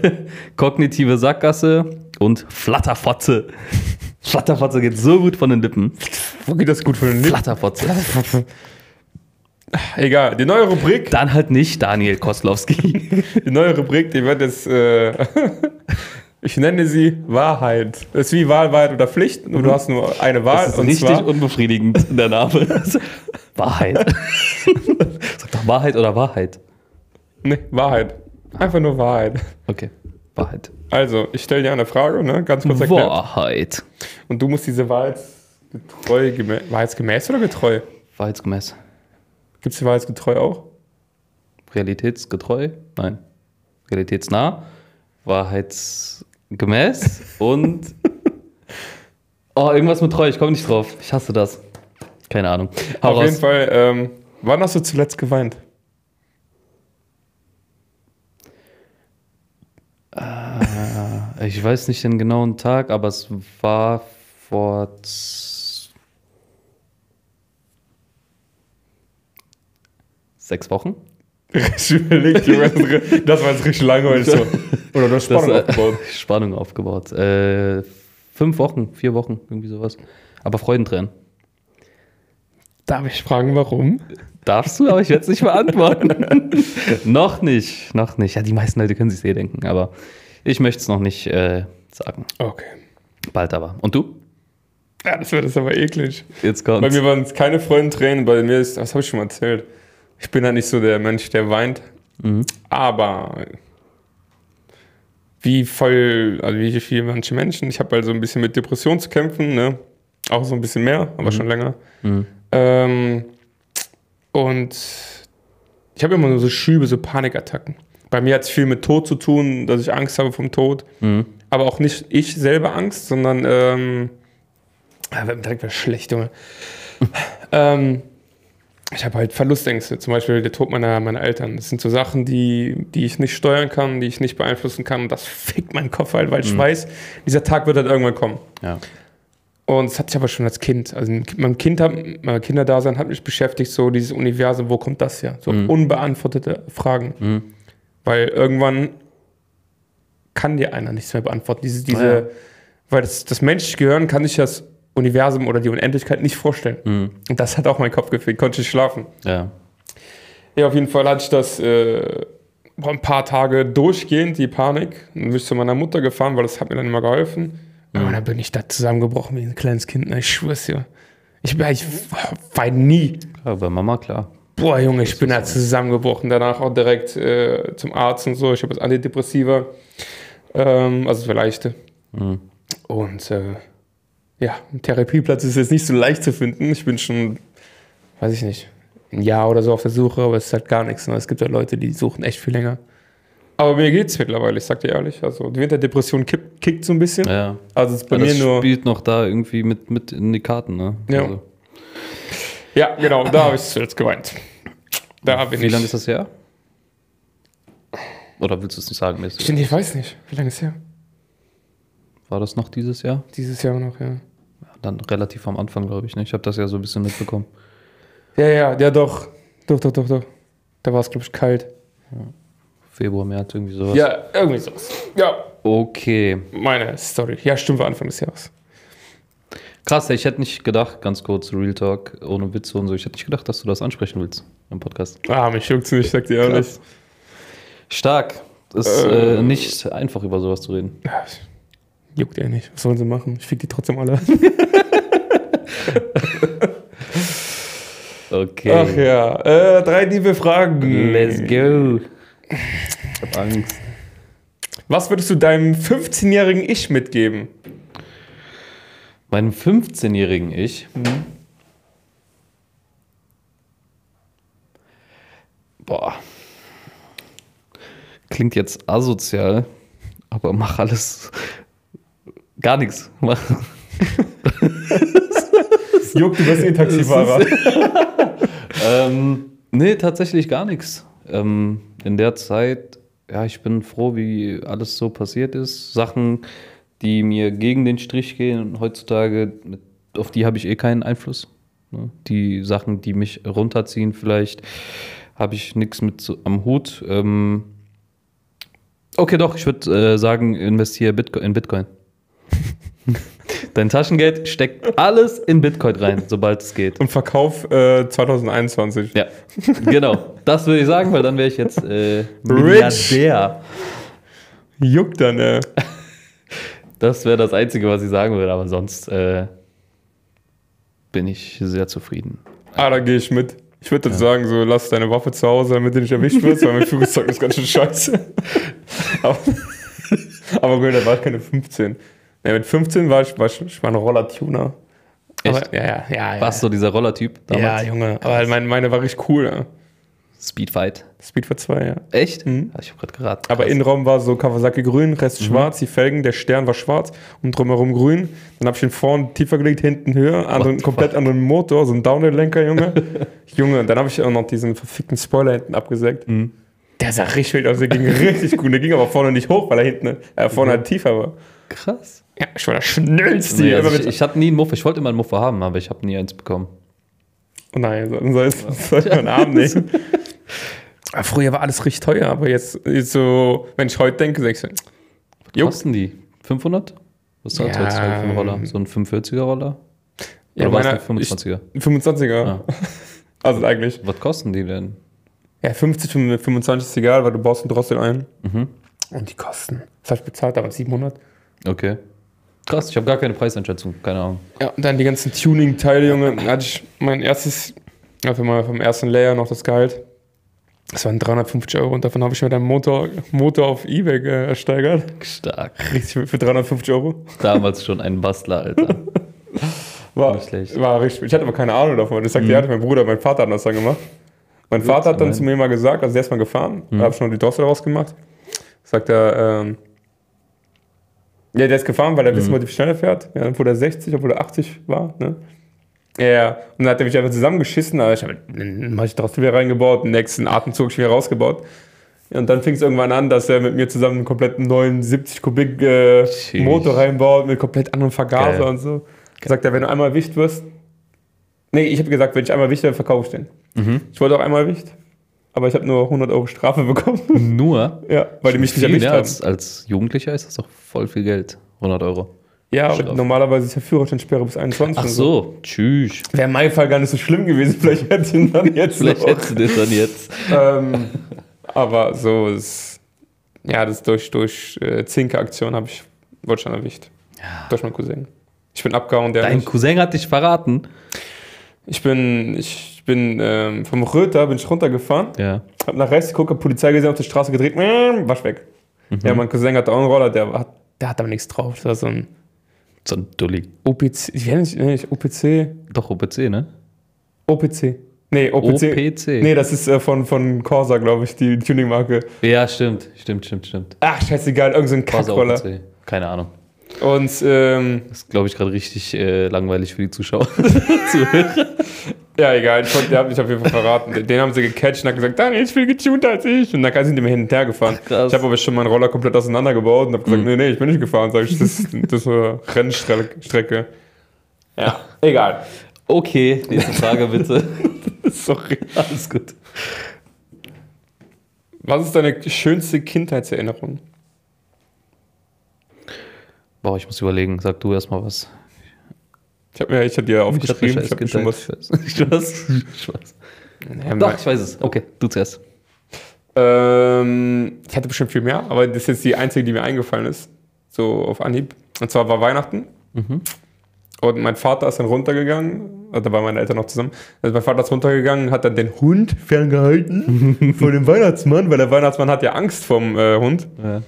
A: kognitive Sackgasse und Flatterfotze. Flatterfotze geht so gut von den Lippen.
B: Wo geht das gut für den Lippen?
A: Flatterfotze.
B: Egal, die neue Rubrik,
A: Dann halt nicht Daniel Koslowski.
B: die neue Rubrik, die wird jetzt, äh, (laughs) ich nenne sie Wahrheit. Das ist wie Wahlwahrheit oder Pflicht, nur du hast nur eine Wahl.
A: Das ist richtig
B: zwar,
A: unbefriedigend, der Name. Wahrheit. Sag doch Wahrheit oder Wahrheit.
B: nee, Wahrheit. Einfach nur Wahrheit.
A: Okay, Wahrheit.
B: Also, ich stelle dir eine Frage, ne? ganz kurz erklärt.
A: Wahrheit.
B: Und du musst diese Wahrheitsgetreu, gemä- Wahrheitsgemäß oder getreu?
A: Wahrheitsgemäß.
B: Gibt es die Wahrheitsgetreu auch?
A: Realitätsgetreu? Nein. Realitätsnah? Wahrheitsgemäß?
B: (laughs)
A: Und. Oh, irgendwas mit treu, ich komme nicht drauf. Ich hasse das. Keine Ahnung. Hau
B: Auf
A: raus.
B: jeden Fall, ähm, wann hast du zuletzt geweint?
A: Ich weiß nicht den genauen Tag, aber es war vor. z- sechs Wochen?
B: Ich überlegt, Junge, das war jetzt richtig langweilig so. Oder du hast
A: Das,
B: Spannung
A: äh,
B: aufgebaut.
A: (laughs) Spannung aufgebaut. Äh, fünf Wochen, vier Wochen, irgendwie sowas. Aber Freudentränen.
B: Darf ich fragen, warum?
A: Darfst du, aber ich werde es nicht beantworten.
B: (laughs)
A: noch nicht, noch nicht. Ja, die meisten Leute können sich eh denken, aber ich möchte es noch nicht äh, sagen.
B: Okay.
A: Bald aber. Und du?
B: Ja, das wird jetzt aber eklig.
A: Jetzt
B: Bei
A: kommt's.
B: mir waren es keine Freudentränen, bei mir ist, das habe ich schon mal erzählt. Ich bin halt nicht so der Mensch, der weint. Aber wie voll, also wie viele manche Menschen, ich habe halt so ein bisschen mit Depressionen zu kämpfen, ne? Auch so ein bisschen mehr, aber schon länger. Ähm, und ich habe immer nur so Schübe, so Panikattacken. Bei mir hat es viel mit Tod zu tun, dass ich Angst habe vom Tod. Aber auch nicht ich selber Angst, sondern ähm, ah, wird mir direkt was schlecht, Junge. ähm, ich habe halt Verlustängste, zum Beispiel der Tod meiner, meiner Eltern. Das sind so Sachen, die, die ich nicht steuern kann, die ich nicht beeinflussen kann. Und das fickt meinen Kopf halt, weil ich weiß, dieser Tag wird halt irgendwann kommen.
A: Ja.
B: Und das hatte ich aber schon als Kind. Also mein, kind hat, mein Kinderdasein hat mich beschäftigt, so dieses Universum, wo kommt das her? So unbeantwortete Fragen. Weil irgendwann kann dir einer nichts mehr beantworten. Diese, diese,
A: Ja.
B: Weil das, das menschliche Gehirn kann sich das Universum oder die Unendlichkeit nicht vorstellen. Und das hat auch meinen Kopf gefehlt, konnte ich nicht schlafen.
A: Ja.
B: Ja, auf jeden Fall hatte ich das äh, boah, ein paar Tage durchgehend, die Panik. Dann bin ich zu meiner Mutter gefahren, weil das hat mir dann immer geholfen. Aber dann bin ich da zusammengebrochen wie ein kleines Kind. ne? Ich schwör's dir. Ich, bin- ich weine nie.
A: Klar, bei Mama, klar.
B: Boah, Junge, ich bin da zusammengebrochen. Danach auch direkt äh, zum Arzt und so. Ich habe das Antidepressiva. Ähm, also es war leichte.
A: Mhm.
B: Und äh, ja, ein Therapieplatz ist jetzt nicht so leicht zu finden. Ich bin schon, weiß ich nicht, ein Jahr oder so auf der Suche, aber es ist halt gar nichts. Ne? Es gibt ja Leute, die suchen echt viel länger. Aber mir geht's mittlerweile, ich sag dir ehrlich. Also die Winterdepression kippt, kickt so ein bisschen.
A: Ja.
B: Also es ist bei
A: ja,
B: mir
A: das
B: nur.
A: spielt noch da irgendwie mit, mit in die Karten, ne?
B: Ja. Ja, genau, da habe ich zuletzt geweint. Da habe ich
A: wie
B: nicht.
A: lange ist das her? Oder willst du es nicht sagen? Mir ist-
B: Stimmt, Ich weiß nicht, wie lange ist her?
A: War das noch dieses Jahr?
B: Dieses Jahr noch, ja.
A: Dann relativ am Anfang, glaube ich. Ne? Ich habe das ja so ein bisschen mitbekommen.
B: Ja, ja, ja, doch. Doch, doch, doch, doch. Da war es, glaube ich, kalt.
A: Februar, März, irgendwie sowas.
B: Ja, irgendwie sowas. Ja,
A: Okay.
B: meine Story. Ja, stimmt, war Anfang des Jahres.
A: Krass, ey, ich hätte nicht gedacht, ganz kurz, Real Talk, ohne Witze und so. Ich hätte nicht gedacht, dass du das ansprechen willst im Podcast.
B: Ah, mich juckt's nicht, sagt ihr
A: Krass.
B: ehrlich.
A: Stark. Ist äh,
B: Äh.
A: nicht einfach, über sowas zu reden.
B: Ja, juckt ihr nicht. Was sollen sie machen? Ich fick die trotzdem alle.
A: Okay.
B: Ach ja. Äh, drei liebe Fragen.
A: Let's go. Ich hab Angst.
B: Was würdest du deinem 15-jährigen Ich mitgeben? (laughs)
A: Meinem 15-jährigen Ich. Boah. Klingt jetzt asozial, aber mach alles. Gar nichts. Mach,
B: Juckt, du bist eh Taxifahrer. (laughs)
A: ähm, nee, tatsächlich gar nichts. Ähm, in der Zeit, ja, ich bin froh, wie alles so passiert ist. Sachen, die mir gegen den Strich gehen, heutzutage, mit, auf die habe ich eh keinen Einfluss. Ne? Die Sachen, die mich runterziehen, vielleicht habe ich nichts mit so am Hut. Ähm, okay, doch, ich würde äh, sagen, investiere Bitco in Bitcoin. Dein Taschengeld steckt alles in Bitcoin rein, sobald es geht.
B: Und Verkauf äh, 2021.
A: Ja, genau. Das würde ich sagen, weil dann wäre ich jetzt äh, Milliardär.
B: Juckt dann, äh.
A: Das wäre das Einzige, was ich sagen würde, aber sonst äh, bin ich sehr zufrieden.
B: Ah, da gehe ich mit. Ich würde dann sagen, so lass deine Waffe zu Hause, damit du nicht erwischt wirst, weil mein Führungszeugnis ist ganz
A: (laughs)
B: schön scheiße. aber, aber gut, da war ich keine 15. Ja, mit 15 war ich, war ich, ich war ein Roller-Tuner.
A: Echt?
B: Aber, ja, ja, ja. ja.
A: Warst du dieser Rollertyp
B: Ja,
A: damals?
B: Junge. Aber halt mein, meine war richtig cool. Ja.
A: Speedfight.
B: Speed for 2, ja.
A: Echt?
B: Mhm.
A: Ah, Ich habe gerade geraten.
B: Aber
A: Krass.
B: Innenraum war so Kawasaki grün, Rest schwarz, die Felgen, der Stern war schwarz und drumherum grün. Dann hab ich ihn vorne tiefer gelegt, hinten höher, anderen,
A: the
B: komplett anderen Motor, so ein Downhill-Lenker, (laughs) Junge. Junge, dann hab ich auch noch diesen verfickten Spoiler hinten abgesägt. Der sah richtig wild aus, der ging richtig gut. Der ging aber vorne nicht hoch, weil er hinten, äh, vorne halt tiefer war.
A: krass.
B: Ja, ich war der schnellste.
A: Nee,
B: hier.
A: also
B: Immer
A: ich,
B: mit-
A: ich hatte nie einen Muffe. Ich wollte immer einen Muffe haben, aber ich habe nie eins bekommen.
B: Oh Nein, so- so ist soll ich (laughs) meinen Arm nehmen. Aber Früher war alles richtig teuer, aber jetzt, jetzt so, wenn ich heute denke, sag ich so,
A: Was
B: juckt.
A: kosten die? 500? Was zahlst du
B: Ja,
A: heutzutage für einen Roller?
B: ähm,
A: So ein 45er Roller?
B: Ja,
A: Oder war
B: meiner-
A: es ein 25er?
B: Ein 25er.
A: Ah.
B: (laughs) Also eigentlich.
A: Was kosten die denn?
B: Ja, 50, 25 ist egal, weil du baust ihn trotzdem ein. Und die Kosten. Das habe ich bezahlt, damals 700.
A: Okay. Krass, ich habe gar keine Preiseinschätzung. Keine Ahnung.
B: Ja, und dann die ganzen Tuning-Teile, Junge. Dann hatte ich mein erstes, einfach mal vom ersten Layer noch das Gehalt. Das waren 350 Euro und davon habe ich mir dann Motor, Motor auf Ebay äh, ersteigert.
A: Stark.
B: Richtig für- für 350 Euro.
A: Damals schon ein Bastler, Alter.
B: War,
A: Nicht schlecht.
B: war richtig. Ich hatte aber keine Ahnung davon. Das sagt mhm. mein Bruder, mein Vater hat das dann gemacht. Mein Vater hat dann
A: nein.
B: zu mir mal gesagt, also der ist mal gefahren, da habe ich schon die Drossel rausgemacht. Sagt er, ähm, ja, der ist gefahren, weil er wissen wollte, wie schnell er fährt. Ja, dann wurde er 60, obwohl er 80 war. Ne? Ja, ja. Und dann hat er mich einfach zusammengeschissen. Also ich habe hab ich Drossel wieder reingebaut, den nächsten Atemzug wieder rausgebaut. Ja, Und dann fing es irgendwann an, dass er mit mir zusammen einen kompletten neuen 70 Kubik äh,
A: Sheesh.
B: Motor reinbaut, mit komplett anderem Vergaser
A: Geil.
B: und so. Sagt er, wenn du einmal erwischt wirst. Nee, ich habe gesagt, wenn ich einmal erwischt werde, verkaufe ich den.
A: Mhm.
B: Ich wurde auch einmal erwischt, aber ich habe nur 100 Euro Strafe (laughs) bekommen.
A: Nur.
B: ja, weil die mich nicht
A: Viel,
B: erwischt
A: ne?
B: haben.
A: als, als Jugendlicher ist das doch voll viel Geld. 100 Euro.
B: Ja, und
A: Strafe.
B: normalerweise ist ja Führerscheinsperre bis 21.
A: Ach
B: und
A: so, tschüss.
B: Wäre in meinem Fall gar nicht so schlimm gewesen. (laughs) Vielleicht hätte ich
A: (laughs)
B: ihn dann jetzt
A: Vielleicht
B: noch.
A: hättest du das dann jetzt.
B: (laughs) ähm, aber so ist. Ja, das durch, durch äh, Zinke-Aktion habe ich wurde schon erwischt. Durch meinen Cousin. Ich bin abgehauen, der
A: Dein
B: nicht.
A: Cousin hat dich verraten.
B: Ich bin, ich bin ähm, vom Röther bin ich runtergefahren,
A: Ja.
B: hab nach rechts geguckt, hab Polizei gesehen, auf der Straße gedreht, mm, wasch weg. Ja, mein Cousin hat auch einen Roller, der hat, der hat aber nichts drauf. Das war so ein
A: So ein Dulli.
B: OPC, ich weiß nicht, nicht OPC,
A: Doch, OPC, ne?
B: OPC. Nee, OPC.
A: OPC.
B: Nee, das ist äh, von, von Corsa, glaube ich, die Tuning-Marke.
A: Ja, stimmt. Stimmt, stimmt, stimmt.
B: Ach, scheißegal, irgendein so ein
A: War's auch
B: Kackroller.
A: OPC. Keine Ahnung.
B: Und ähm,
A: Das ist, glaube ich, gerade richtig äh, langweilig für die Zuschauer. (laughs) zu hören.
B: ja, egal, ich konnte- der hat mich auf jeden Fall verraten. Den haben sie gecatcht und hat gesagt, Daniel ist viel getunter als ich. Und dann sind die mir hin und her gefahren.
A: krass.
B: Ich habe aber schon meinen Roller komplett auseinandergebaut und habe gesagt, nee, nee, ich bin nicht gefahren. Sag ich, das, das ist eine Rennstrecke. Ja, egal.
A: Okay, nächste Frage bitte.
B: (laughs) Sorry.
A: Alles gut.
B: Was ist deine schönste Kindheitserinnerung?
A: Boah, ich muss überlegen. Sag du erstmal was.
B: Ich habe mir, ich hab dir
A: Ich hatte eine
B: aufgeschrieben,
A: scheiß
B: ich habe schon
A: Kindheit.
B: was.
A: (laughs) Ich weiß. Ich weiß.
B: Ja,
A: Doch, ich weiß es. Okay, du zuerst.
B: Ähm, ich hatte bestimmt viel mehr, aber das ist jetzt die einzige, die mir eingefallen ist. So auf Anhieb. Und zwar war Weihnachten.
A: Mhm.
B: Und mein Vater ist dann runtergegangen. also Da waren meine Eltern noch zusammen. Also mein Vater ist runtergegangen, hat dann den Hund
A: (laughs)
B: ferngehalten von dem Weihnachtsmann, weil der Weihnachtsmann hat ja Angst vom äh, Hund.
A: Ja.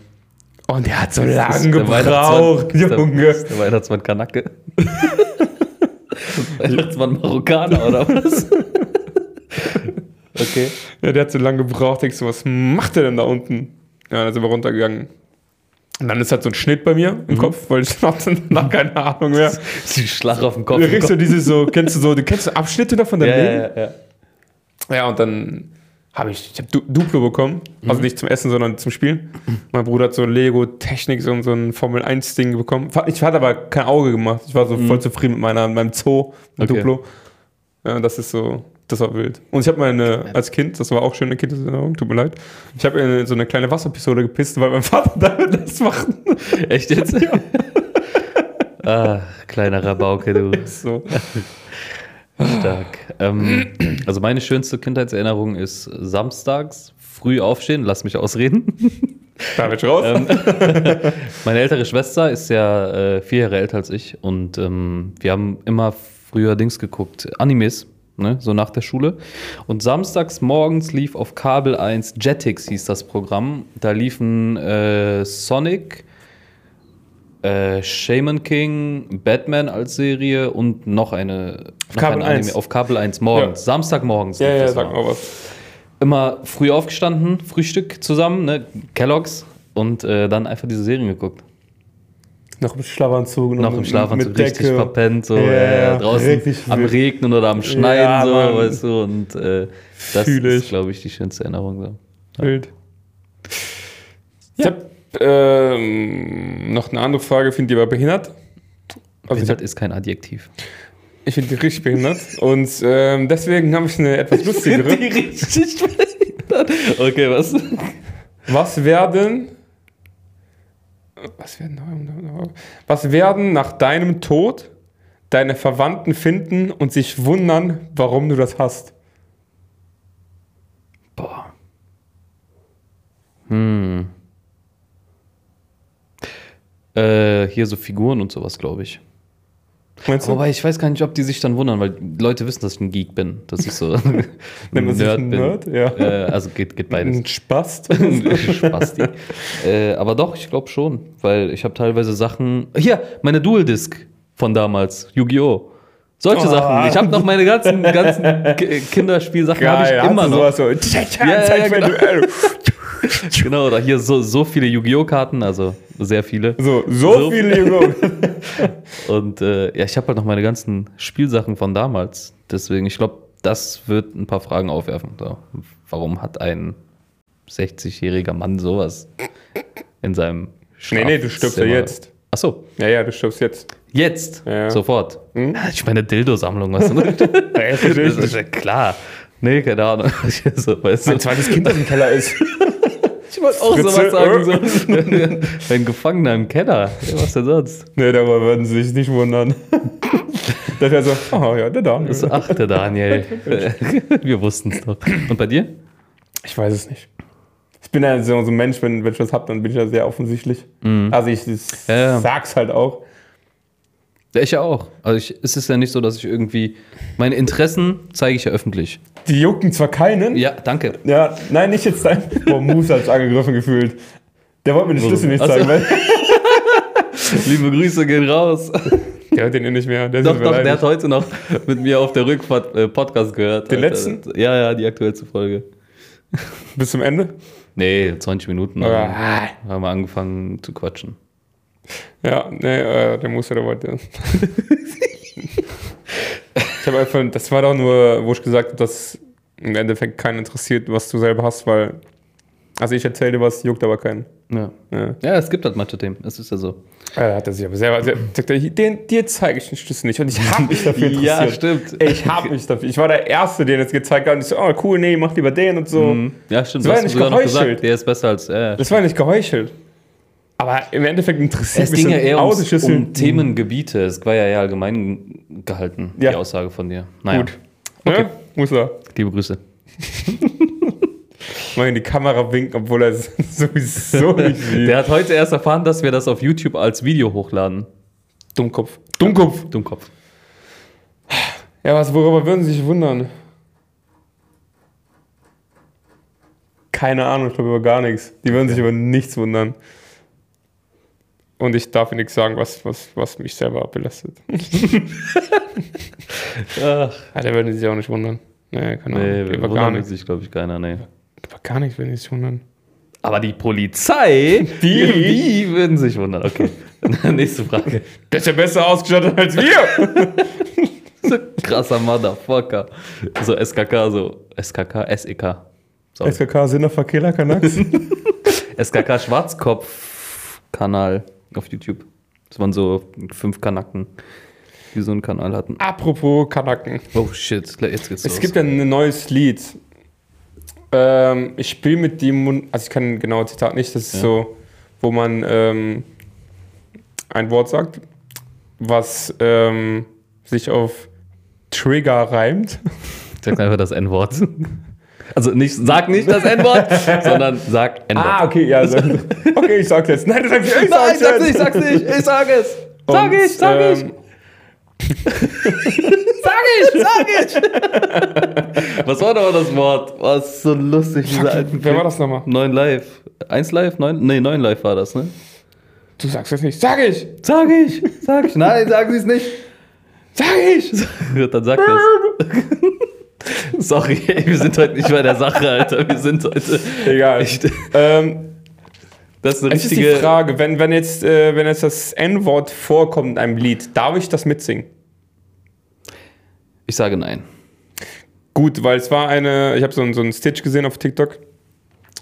B: Und der hat so
A: Das
B: lange
A: ist der
B: gebraucht,
A: Weihnachtsmann-
B: (laughs) Junge.
A: Das ist der Weihnachtsmann Kanake.
B: (laughs)
A: Weihnachtsmann Marokkaner oder
B: (laughs)
A: was? okay.
B: Ja, der hat so lange gebraucht. Denkst du, was macht der denn da unten? Ja, dann sind wir runtergegangen. Und dann ist halt so ein Schnitt bei mir
A: Mhm.
B: im Kopf, weil ich (laughs) hatte danach keine Ahnung mehr.
A: Die Schlag auf den Kopf.
B: Du kriegst so diese so, kennst du so, du kennst so Abschnitte davon
A: ja,
B: deinem
A: ja,
B: Leben?
A: ja, ja.
B: Ja, und dann habe ich, ich habe du Duplo bekommen.
A: Mhm.
B: Also nicht zum Essen, sondern zum Spielen. Mein Bruder hat so Lego Technik, so, so ein Formel 1 Ding bekommen. Fa- Ich hatte aber kein Auge gemacht. Ich war so voll zufrieden mit meiner, meinem Zoo, mit
A: Mhm. Okay.
B: Duplo. Ja, das ist so, das war wild. Und ich habe meine, als Kind, das war auch schöne Kindeserinnerung, tut mir leid, ich habe in so eine kleine Wasserpistole gepisst, weil mein (laughs) Vater damit das macht.
A: Echt jetzt? (laughs) ah, kleiner Rabauke, du. (laughs)
B: So.
A: Stark. Ähm, also meine schönste Kindheitserinnerung ist samstags früh aufstehen, lass mich ausreden.
B: Da bin ich raus.
A: Ähm, Meine ältere Schwester ist ja äh, vier Jahre älter als ich und ähm, wir haben immer früher Dings geguckt, Animes, ne? so nach der Schule. Und samstags morgens lief auf Kabel 1 Jetix hieß das Programm. Da liefen äh, Sonic, äh, Shaman King, Batman als Serie und noch eine noch
B: Kabel
A: ein Anime
B: 1.
A: auf Kabel 1 morgens,
B: Ja.
A: Samstagmorgens.
B: ja,
A: lief
B: ja,
A: das
B: sag
A: immer
B: mal was.
A: immer früh aufgestanden, Frühstück zusammen, ne? Kellogg's und äh, dann einfach diese Serien geguckt.
B: Noch im Schlafanzug.
A: Noch im
B: mit-
A: Schlafanzug
B: mit
A: richtig
B: Decke.
A: verpennt, so
B: Ja,
A: äh,
B: ja,
A: draußen
B: richtig
A: am
B: wild.
A: Regnen oder am Schneiden,
B: Ja,
A: so,
B: Mann.
A: weißt du, und äh, das
B: Fühl
A: ist,
B: ich.
A: glaube ich, die schönste Erinnerung. So.
B: Wild. Ich habe ähm, noch eine andere Frage, findet ihr aber behindert? Also ich,
A: Behindert
B: hab-
A: ist kein Adjektiv.
B: ich finde die richtig behindert. Und ähm, deswegen habe ich
A: (laughs)
B: eine etwas lustigere.
A: richtig behindert. (laughs) Okay, was?
B: Was werden. Was werden, was werden nach deinem Tod deine Verwandten finden und sich wundern, warum du das hast?
A: Boah. Hm. Äh, hier so Figuren und sowas, glaube ich.
B: Meinst du?
A: Wobei ich weiß gar nicht, ob die sich dann wundern, weil Leute wissen, dass ich ein Geek bin. Dass ich so
B: (laughs) Nennt man sich einen Nerd?
A: bin.
B: Ja.
A: Äh, also geht, geht beides. (laughs)
B: Ein Spast?
A: Spasti. äh, aber doch, ich glaube schon, weil ich habe teilweise Sachen. Hier, meine Dual Disc von damals, Yu-Gi-Oh! Solche
B: Oh.
A: Sachen. Ich habe noch meine ganzen, ganzen K- Kinderspielsachen habe ich
B: hast
A: immer
B: du
A: noch.
B: sowas So,
A: (laughs)
B: zeig
A: ja,
B: mir
A: genau.
B: Duell.
A: Genau, da hier so, so viele Yu-Gi-Oh! Karten, also sehr viele.
B: (laughs) So, so,
A: So-
B: viele Jungs.
A: Und äh, ja, ich habe halt noch meine ganzen Spielsachen von damals. Deswegen, ich glaube, das wird ein paar Fragen aufwerfen. So, warum hat ein 60-jähriger Mann sowas in seinem
B: Nee, nee, du stirbst ja
A: Schlafzimmer?
B: jetzt.
A: Ach so,
B: Ja, ja, du stirbst jetzt.
A: Jetzt.
B: Ja. Hm?
A: Sofort. Ah, Ich meine Dildo-Sammlung, weißt
B: (laughs)
A: du?
B: Ja, verstehe ich
A: das ist
B: nicht.
A: ja klar. Nee, keine Ahnung. (laughs) so, weißt du?
B: Mein zweites Kind, das im Keller (laughs) ist.
A: Ich wollte (laughs) auch
B: Fritze, äh?
A: sowas sagen. So. (laughs) Ein Gefangener im Keller. Ja, was denn sonst?
B: Nee, darüber würden sie sich
A: (laughs)
B: nicht wundern. das wäre so, oh ja, der da.
A: Das achte
B: (laughs)
A: Daniel. Wir wussten es doch. Und bei dir?
B: Ich weiß es nicht. Ich bin ja so so ein Mensch, wenn, wenn ich was hab, dann bin ich ja sehr offensichtlich. Also ich, ich
A: Mhm. Ja, ja.
B: sag's halt auch.
A: Ja, ich ja auch. Also ich, es ist ja nicht so, dass ich irgendwie. Meine Interessen zeige ich ja öffentlich.
B: Die jucken zwar keinen.
A: Ja, danke.
B: Ja, nein, nicht jetzt dein. Boah, Moose hat's angegriffen gefühlt. Der wollte mir den Schlüssel nicht
A: Ach so.
B: zeigen, weil. (laughs)
A: Liebe Grüße gehen raus.
B: Der hört den eh nicht mehr. Der ist
A: Doch,
B: mir
A: doch, der
B: beleidigt.
A: hat heute noch mit mir auf der Rückfahrt äh, Podcast gehört.
B: Den
A: Alter.
B: letzten?
A: Ja, ja, die aktuellste Folge.
B: Bis zum Ende?
A: Nee, 20 Minuten. aber
B: Ah.
A: Haben wir angefangen zu quatschen.
B: Ja, nee, äh, der Moose, der (laughs) wollte. ich habe einfach. Das war doch nur, wo ich gesagt habe, dass im Endeffekt keinen interessiert, was du selber hast, weil. Also ich erzähle dir was, juckt aber keinen.
A: Ja.
B: Ja.
A: Ja, es gibt halt manche Themen. Das ist ja so.
B: Er hat er sich aber selber. sehr- sagt er, Den, dir zeige ich den Schlüssel (laughs) nicht. Und ich habe mich dafür interessiert.
A: Ja, stimmt.
B: Ey, Ich habe mich dafür. Ich war der Erste, den es gezeigt hat. Und ich so, oh cool, nee, mach lieber den und so.
A: Ja, stimmt.
B: Das
A: hast
B: war ja
A: du
B: nicht
A: sogar noch
B: geheuchelt.
A: Der ist besser als. Äh.
B: Das war nicht geheuchelt. Aber im Endeffekt interessiert
A: Es ging ja
B: ein
A: eher ums,
B: Autoschlüssel.
A: um Themengebiete. Es war ja eher allgemein gehalten,
B: Ja.
A: die Aussage von dir. Naja,
B: Gut. Okay. Ja, muss er
A: liebe Grüße.
B: mal in die Kamera winken, obwohl er (laughs) es
A: (laughs)
B: sowieso nicht sieht.
A: Der hat heute erst erfahren, dass wir das auf YouTube als Video hochladen.
B: Dummkopf. Dummkopf.
A: Dummkopf.
B: Ja, was, worüber würden Sie sich wundern? Keine Ahnung, ich glaube über gar nichts. Die würden sich über nichts wundern. Und ich darf Ihnen nichts sagen, was, was, was mich selber belastet.
A: (laughs) Ach,
B: Ja, da würden Sie sich auch nicht wundern. Nee, keine
A: nee,
B: Ahnung.
A: wir
B: über gar
A: wundern
B: nichts.
A: sich, glaube ich, keiner. Nee.
B: Über gar nichts würden Sie sich
A: (laughs)
B: wundern.
A: Aber die Polizei, die, die würden sich wundern.
B: (laughs)
A: Okay, (laughs) nächste Frage.
B: Der ist ja besser ausgestattet als
A: (laughs)
B: wir. (laughs)
A: So Krasser Motherfucker. So SKK, so SKK, SEK. Sorry.
B: SKK Sinnerverkehler Canucks.
A: SKK Schwarzkopf-Kanal auf YouTube. Das waren so fünf Kanaken, die so einen Kanal hatten.
B: Apropos Kanaken.
A: Oh shit, jetzt geht's los.
B: Es gibt ja ein neues Lied. Ähm, ich spiele mit dem Mund, also ich kann genau Zitat nicht, das ist
A: Ja.
B: so, wo man ähm, ein Wort sagt, was ähm, sich auf Trigger reimt.
A: Sag einfach das N-Wort. Also nicht, sag nicht das N-Wort, sondern sag N-Wort.
B: Ah, okay, (laughs) ja. Also, okay, ich sag's jetzt. Nein, du sagst nicht, ich
A: Nein,
B: sag's
A: sag's
B: jetzt.
A: nicht, sag's nicht, ich sag es. Sag
B: Und,
A: ich, sag ich,
B: ähm,
A: sag ich, sag ich. Was war nochmal das Wort? Was so lustig, diese alten Hm.
B: Wer war das nochmal?
A: Neun Live. Eins Live? Neun? Nee, neun Live war das, ne?
B: Du sagst es nicht. Sag ich!
A: Sag ich, sag ich. Nein, sagen Sie es nicht.
B: Sag ich!
A: Dann sag das. Sorry, ey, wir sind heute nicht bei der Sache, Alter. Wir sind heute.
B: Egal.
A: Ich-
B: ähm,
A: Das ist eine
B: es ist die
A: richtige.
B: Frage, wenn, wenn, jetzt, äh, wenn jetzt das N-Wort vorkommt in einem Lied, darf ich das mitsingen?
A: ich sage nein.
B: Gut, weil es war eine, ich habe so, einen- so einen Stitch gesehen auf TikTok.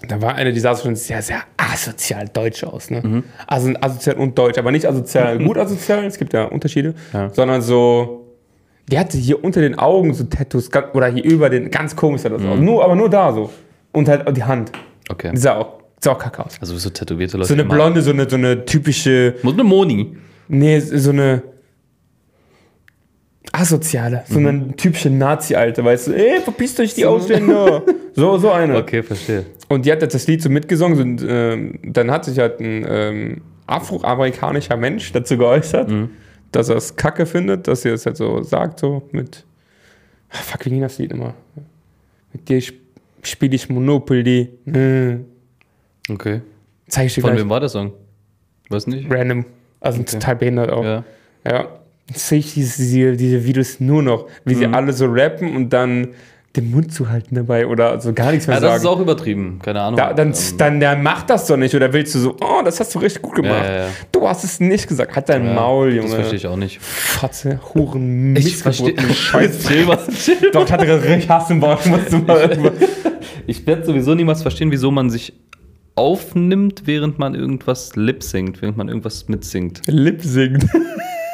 B: Da war eine, die sah schon sehr, sehr asozial deutsch aus. Ne?
A: Mhm.
B: Also asozial und deutsch, aber nicht asozial, gut asozial, es gibt ja Unterschiede,
A: Ja.
B: sondern so. Die hatte hier unter den Augen so Tattoos ganz, oder hier über den, ganz komisch sah das
A: Mhm.
B: aus. Nur, aber nur da so. Und halt die Hand.
A: Okay.
B: Die sah auch, sah auch kacke aus.
A: Also so tätowierte Leute.
B: So eine
A: immer.
B: blonde, so eine, so eine typische,
A: Muss eine Moni.
B: nee, so eine asoziale, so
A: Mhm.
B: eine typische Nazi-Alte, weißt du, ey, verpisst euch
A: (laughs)
B: die Ausländer. So, so eine.
A: Okay, verstehe.
B: Und die hat jetzt das Lied so mitgesungen und ähm, dann hat sich halt ein ähm, afroamerikanischer Mensch dazu geäußert,
A: Mhm.
B: dass er es kacke findet, dass sie es halt so sagt, so mit. Ah, fuck, wie ging das Lied immer? Mit dir spiele ich Monopoly. Hm.
A: Okay.
B: Zeig ich dir
A: Von
B: gleich.
A: wem war der Song? Weiß nicht.
B: Random. Also total behindert auch.
A: Ja.
B: Ja, jetzt sehe ich diese, diese, diese Videos nur noch, wie
A: Mhm.
B: sie alle so rappen und dann den Mund zu halten dabei oder also gar nichts mehr
A: ja, das ist
B: sagen.
A: auch übertrieben. Keine Ahnung.
B: Da, dann,
A: Ähm,
B: dann der macht das doch nicht oder willst du so, oh, das hast du richtig gut gemacht.
A: Ja, ja, ja.
B: Du hast es nicht gesagt. Hat dein
A: ja,
B: Maul, Junge.
A: Das verstehe ich auch nicht.
B: Fotze,
A: (laughs)
B: Huren, Missgeburt, Scheiße.
A: Chill mal, chill.
B: Dort hat er richtig Hass im Wort. musst
A: (laughs)
B: du mal-
A: Ich werde sowieso niemals verstehen, wieso man sich aufnimmt, während man irgendwas lip-singt, während man irgendwas mitsingt.
B: Lip singt.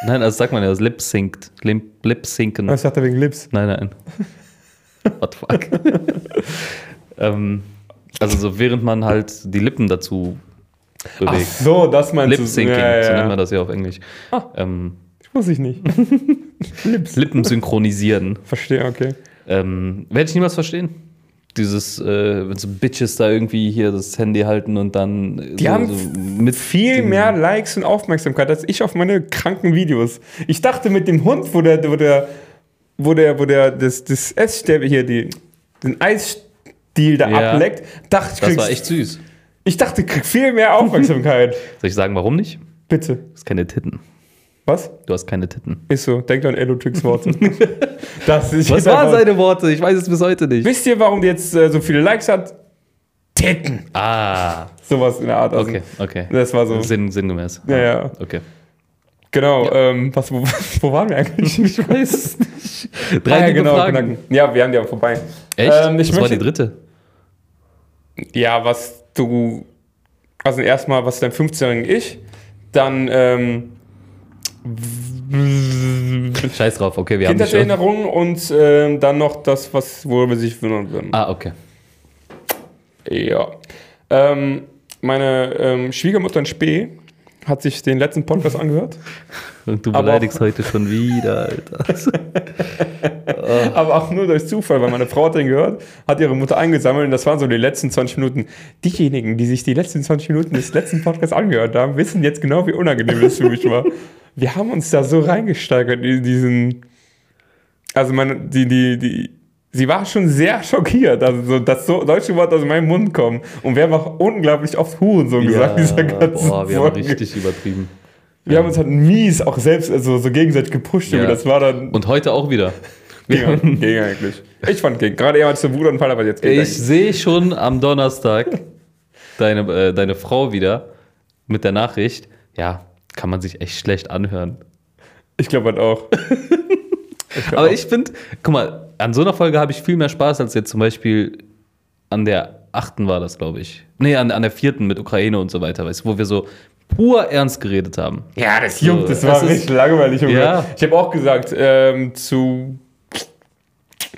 A: Nein, also das sagt man ja, das Lip sinkt. Lip, Lip sinken.
B: Was sagt er wegen Lips?
A: Nein, nein. What the fuck?
B: (laughs)
A: ähm, also so während man halt die Lippen dazu
B: Ach also
A: bewegt.
B: so, das meinst du.
A: Lip syncing,
B: Ja, Ah.
A: so nennt
B: ja,
A: man
B: ja.
A: das ja auf Englisch. Ähm,
B: Das wusste
A: (laughs)
B: ich nicht. Lips.
A: Lippen synchronisieren.
B: Verstehe, okay.
A: Ähm, Werde ich niemals verstehen. Dieses, äh, wenn so Bitches da irgendwie hier das Handy halten und dann. äh,
B: Die
A: so,
B: haben
A: so mit
B: Viel
A: dem-
B: mehr Likes und Aufmerksamkeit als ich auf meine kranken Videos. Ich dachte mit dem Hund, wo der, wo der, wo der, wo der das, das Essstäbe hier, die, den Eisstiel da
A: Ja.
B: ableckt, dachte
A: Das
B: ich, krieg's,
A: war echt süß.
B: ich dachte, ich krieg viel mehr Aufmerksamkeit.
A: (laughs) Soll ich sagen, warum nicht?
B: Bitte.
A: Du hast keine Titten.
B: Was?
A: Du hast keine Titten.
B: Ist so. Denkt an
A: (laughs)
B: Elotrix Worte. das ist
A: Was waren seine Worte? Ich weiß es bis heute nicht.
B: Wisst ihr, warum die jetzt äh, so viele Likes hat? Titten.
A: Ah,
B: Sowas in der Art. Also,
A: okay, okay.
B: Das war so.
A: Sinn, sinngemäß.
B: Ja, ja.
A: Okay.
B: Genau. Ähm, was, wo, (laughs) wo waren wir eigentlich?
A: (laughs)
B: Ich weiß es nicht.
A: Drei liebe Fragen.
B: Gedanken. genau, Ja, wir haben die aber vorbei.
A: Echt?
B: Ähm, ich
A: das war die
B: möchte-
A: dritte.
B: Ja, was du. Also erstmal, was ist dein 15-jährigen Ich? Dann ähm,
A: Scheiß drauf, okay, wir haben die schon.
B: Kindheitserinnerung und ähm, dann noch das, was worüber wir sich wundern würden.
A: Ah, okay.
B: Ja. Ähm, meine ähm, Schwiegermutter in Spee hat sich den letzten Podcast angehört.
A: Und du
B: Aber-
A: beleidigst heute schon wieder,
B: (laughs)
A: Alter.
B: Aber auch nur durch Zufall, weil meine Frau hat den gehört, hat ihre Mutter eingesammelt und das waren so die letzten 20 Minuten. Diejenigen, die sich die letzten 20 Minuten des letzten Podcasts angehört haben, wissen jetzt genau, wie unangenehm das für mich war. Wir haben uns da so reingesteigert in diesen. Also, meine, die, die, die. Sie war schon sehr schockiert, also so, dass so deutsche Worte aus meinem Mund kommen. Und wir haben auch unglaublich oft Hurensohn gesagt, dieser ganzen
A: boah, wir haben
B: Folge.
A: richtig übertrieben.
B: wir haben uns halt mies auch selbst also so gegenseitig gepusht.
A: Ja.
B: Ja. Das war dann.
A: Und heute auch wieder.
B: Ging, an- ging eigentlich. Ich fand ging. Gerade eher als zum Bruder und Fall, aber jetzt geht
A: Ich sehe schon am Donnerstag deine, äh, deine Frau wieder mit der Nachricht, ja, kann man sich echt schlecht anhören.
B: Ich glaube halt auch. glaub
A: Aber
B: auch.
A: ich finde, guck mal, an so einer Folge habe ich viel mehr Spaß als jetzt zum Beispiel an der achten war das, glaube ich. Nee, an, an der vierten mit Ukraine und so weiter, weißt du, wo wir so pur ernst geredet haben.
B: Ja, das juckt, das
A: So,
B: war
A: das ist-
B: richtig langweilig. Junge.
A: Ja.
B: Ich habe auch gesagt ähm, zu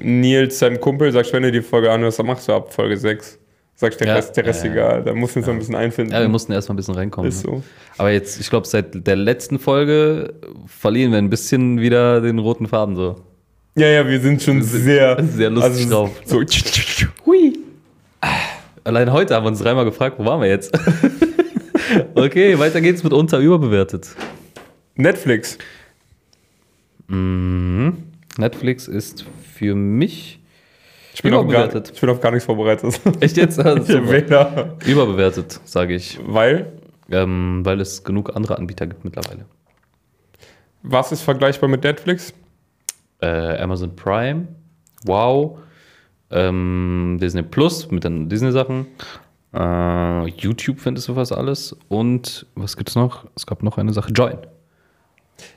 B: Nils, seinem Kumpel, sagst wenn du die Folge anhörst, dann machst du ab Folge 6. Sagst der
A: Ja.
B: Rest, der Rest
A: Ja, ja.
B: egal. Da musst du uns noch ein bisschen einfinden.
A: Ja, wir mussten erstmal ein bisschen reinkommen.
B: Mhm.
A: ne?
B: Ist so.
A: Aber jetzt, ich glaube, seit der letzten Folge verlieren wir ein bisschen wieder den roten Faden so.
B: Ja, ja, wir sind schon sehr, also,
A: sehr lustig drauf.
B: So,
A: Hui. Allein heute haben wir uns dreimal gefragt, wo waren wir jetzt? (laughs) okay, weiter geht's mit unter überbewertet.
B: Netflix.
A: Mhm. Netflix ist für mich
B: Ich bin, auf gar,
A: Überbewertet.
B: ich bin auf gar nichts vorbereitet.
A: echt
B: (laughs)
A: jetzt Ah, super.
B: Weder.
A: überbewertet, sage ich,
B: Weil,
A: ähm, weil es genug andere Anbieter gibt mittlerweile.
B: was ist vergleichbar mit Netflix?
A: Äh, Amazon Prime, Wow, ähm, Disney Plus mit den Disney Sachen, äh, YouTube findest du fast alles und was gibt's noch? Es gab noch eine Sache, Join.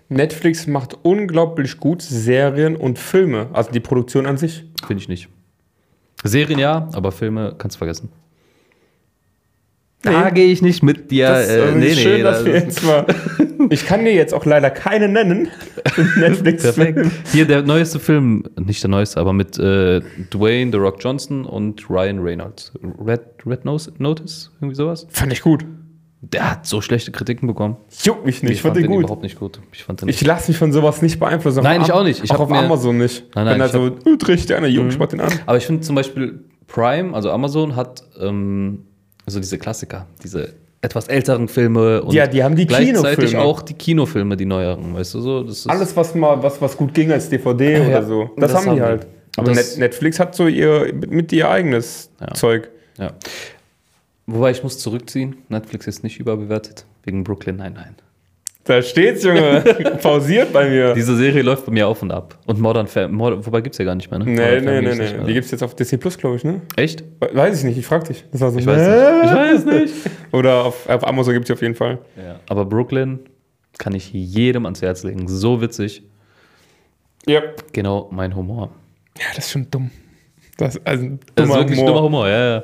B: Netflix macht unglaublich gut Serien und Filme, also die Produktion an sich.
A: Finde ich nicht. Serien ja, aber Filme kannst du vergessen. Da
B: Nee.
A: gehe ich nicht mit dir.
B: Das ist
A: äh,
B: also
A: nee,
B: schön,
A: nee,
B: dass
A: das
B: wir
A: ist (laughs)
B: jetzt mal. Ich kann dir jetzt auch leider keine nennen. Netflix.
A: perfekt. Hier der neueste Film, nicht der neueste, aber mit äh, Dwayne The Rock Johnson und Ryan Reynolds. Red, Red Nose, Notice, irgendwie sowas.
B: Fand ich gut.
A: Der hat so schlechte Kritiken bekommen.
B: Juckt mich nicht. Ich fand,
A: den
B: den gut.
A: überhaupt nicht gut. Ich fand den
B: Ich lasse mich von sowas nicht beeinflussen.
A: Nein,
B: Auf
A: ich
B: Am-
A: auch nicht. Ich
B: auch
A: hab
B: auf
A: mir-
B: Amazon nicht.
A: Nein, nein,
B: Wenn da
A: ich Mhm.
B: so, uh, trägt einer, Junge, schaut den an.
A: Aber ich finde zum Beispiel Prime, also Amazon, hat ähm, so diese Klassiker, diese etwas älteren Filme und
B: Ja, die haben die
A: gleichzeitig
B: Kinofilme.
A: auch die Kinofilme, die neueren, weißt du so? Das ist
B: Alles, was mal, was, was gut ging als DVD
A: Ja,
B: oder so. Das,
A: das
B: haben
A: haben
B: die
A: die.
B: halt. Aber
A: Das-
B: Net Netflix hat so ihr mit ihr eigenes
A: Ja.
B: Zeug.
A: Ja. Wobei ich muss zurückziehen. Netflix ist nicht überbewertet wegen Brooklyn Nein Nein.
B: Da
A: (laughs)
B: steht's, Junge. Pausiert bei mir.
A: Diese Serie läuft bei mir auf und ab. Und Modern Family, Mod wobei gibt's ja gar nicht mehr. Ne?
B: Nee,
A: Modern
B: nee,
A: Family
B: nee,
A: ist nicht
B: nee.
A: mehr
B: Die
A: da.
B: gibt's jetzt auf Disney Plus, glaube ich, ne?
A: Echt?
B: We- Weiß ich nicht, ich frag dich. Das war so,
A: Ich weiß nicht. Ich weiß
B: (laughs)
A: nicht.
B: Oder auf, auf Amazon gibt's die auf jeden Fall.
A: Ja. Aber Brooklyn kann ich jedem ans Herz legen. So witzig.
B: Ja.
A: Genau mein Humor.
B: Ja, das ist schon dumm. Das, also, dummer
A: Das ist wirklich
B: Humor.
A: dummer Humor, ja, ja.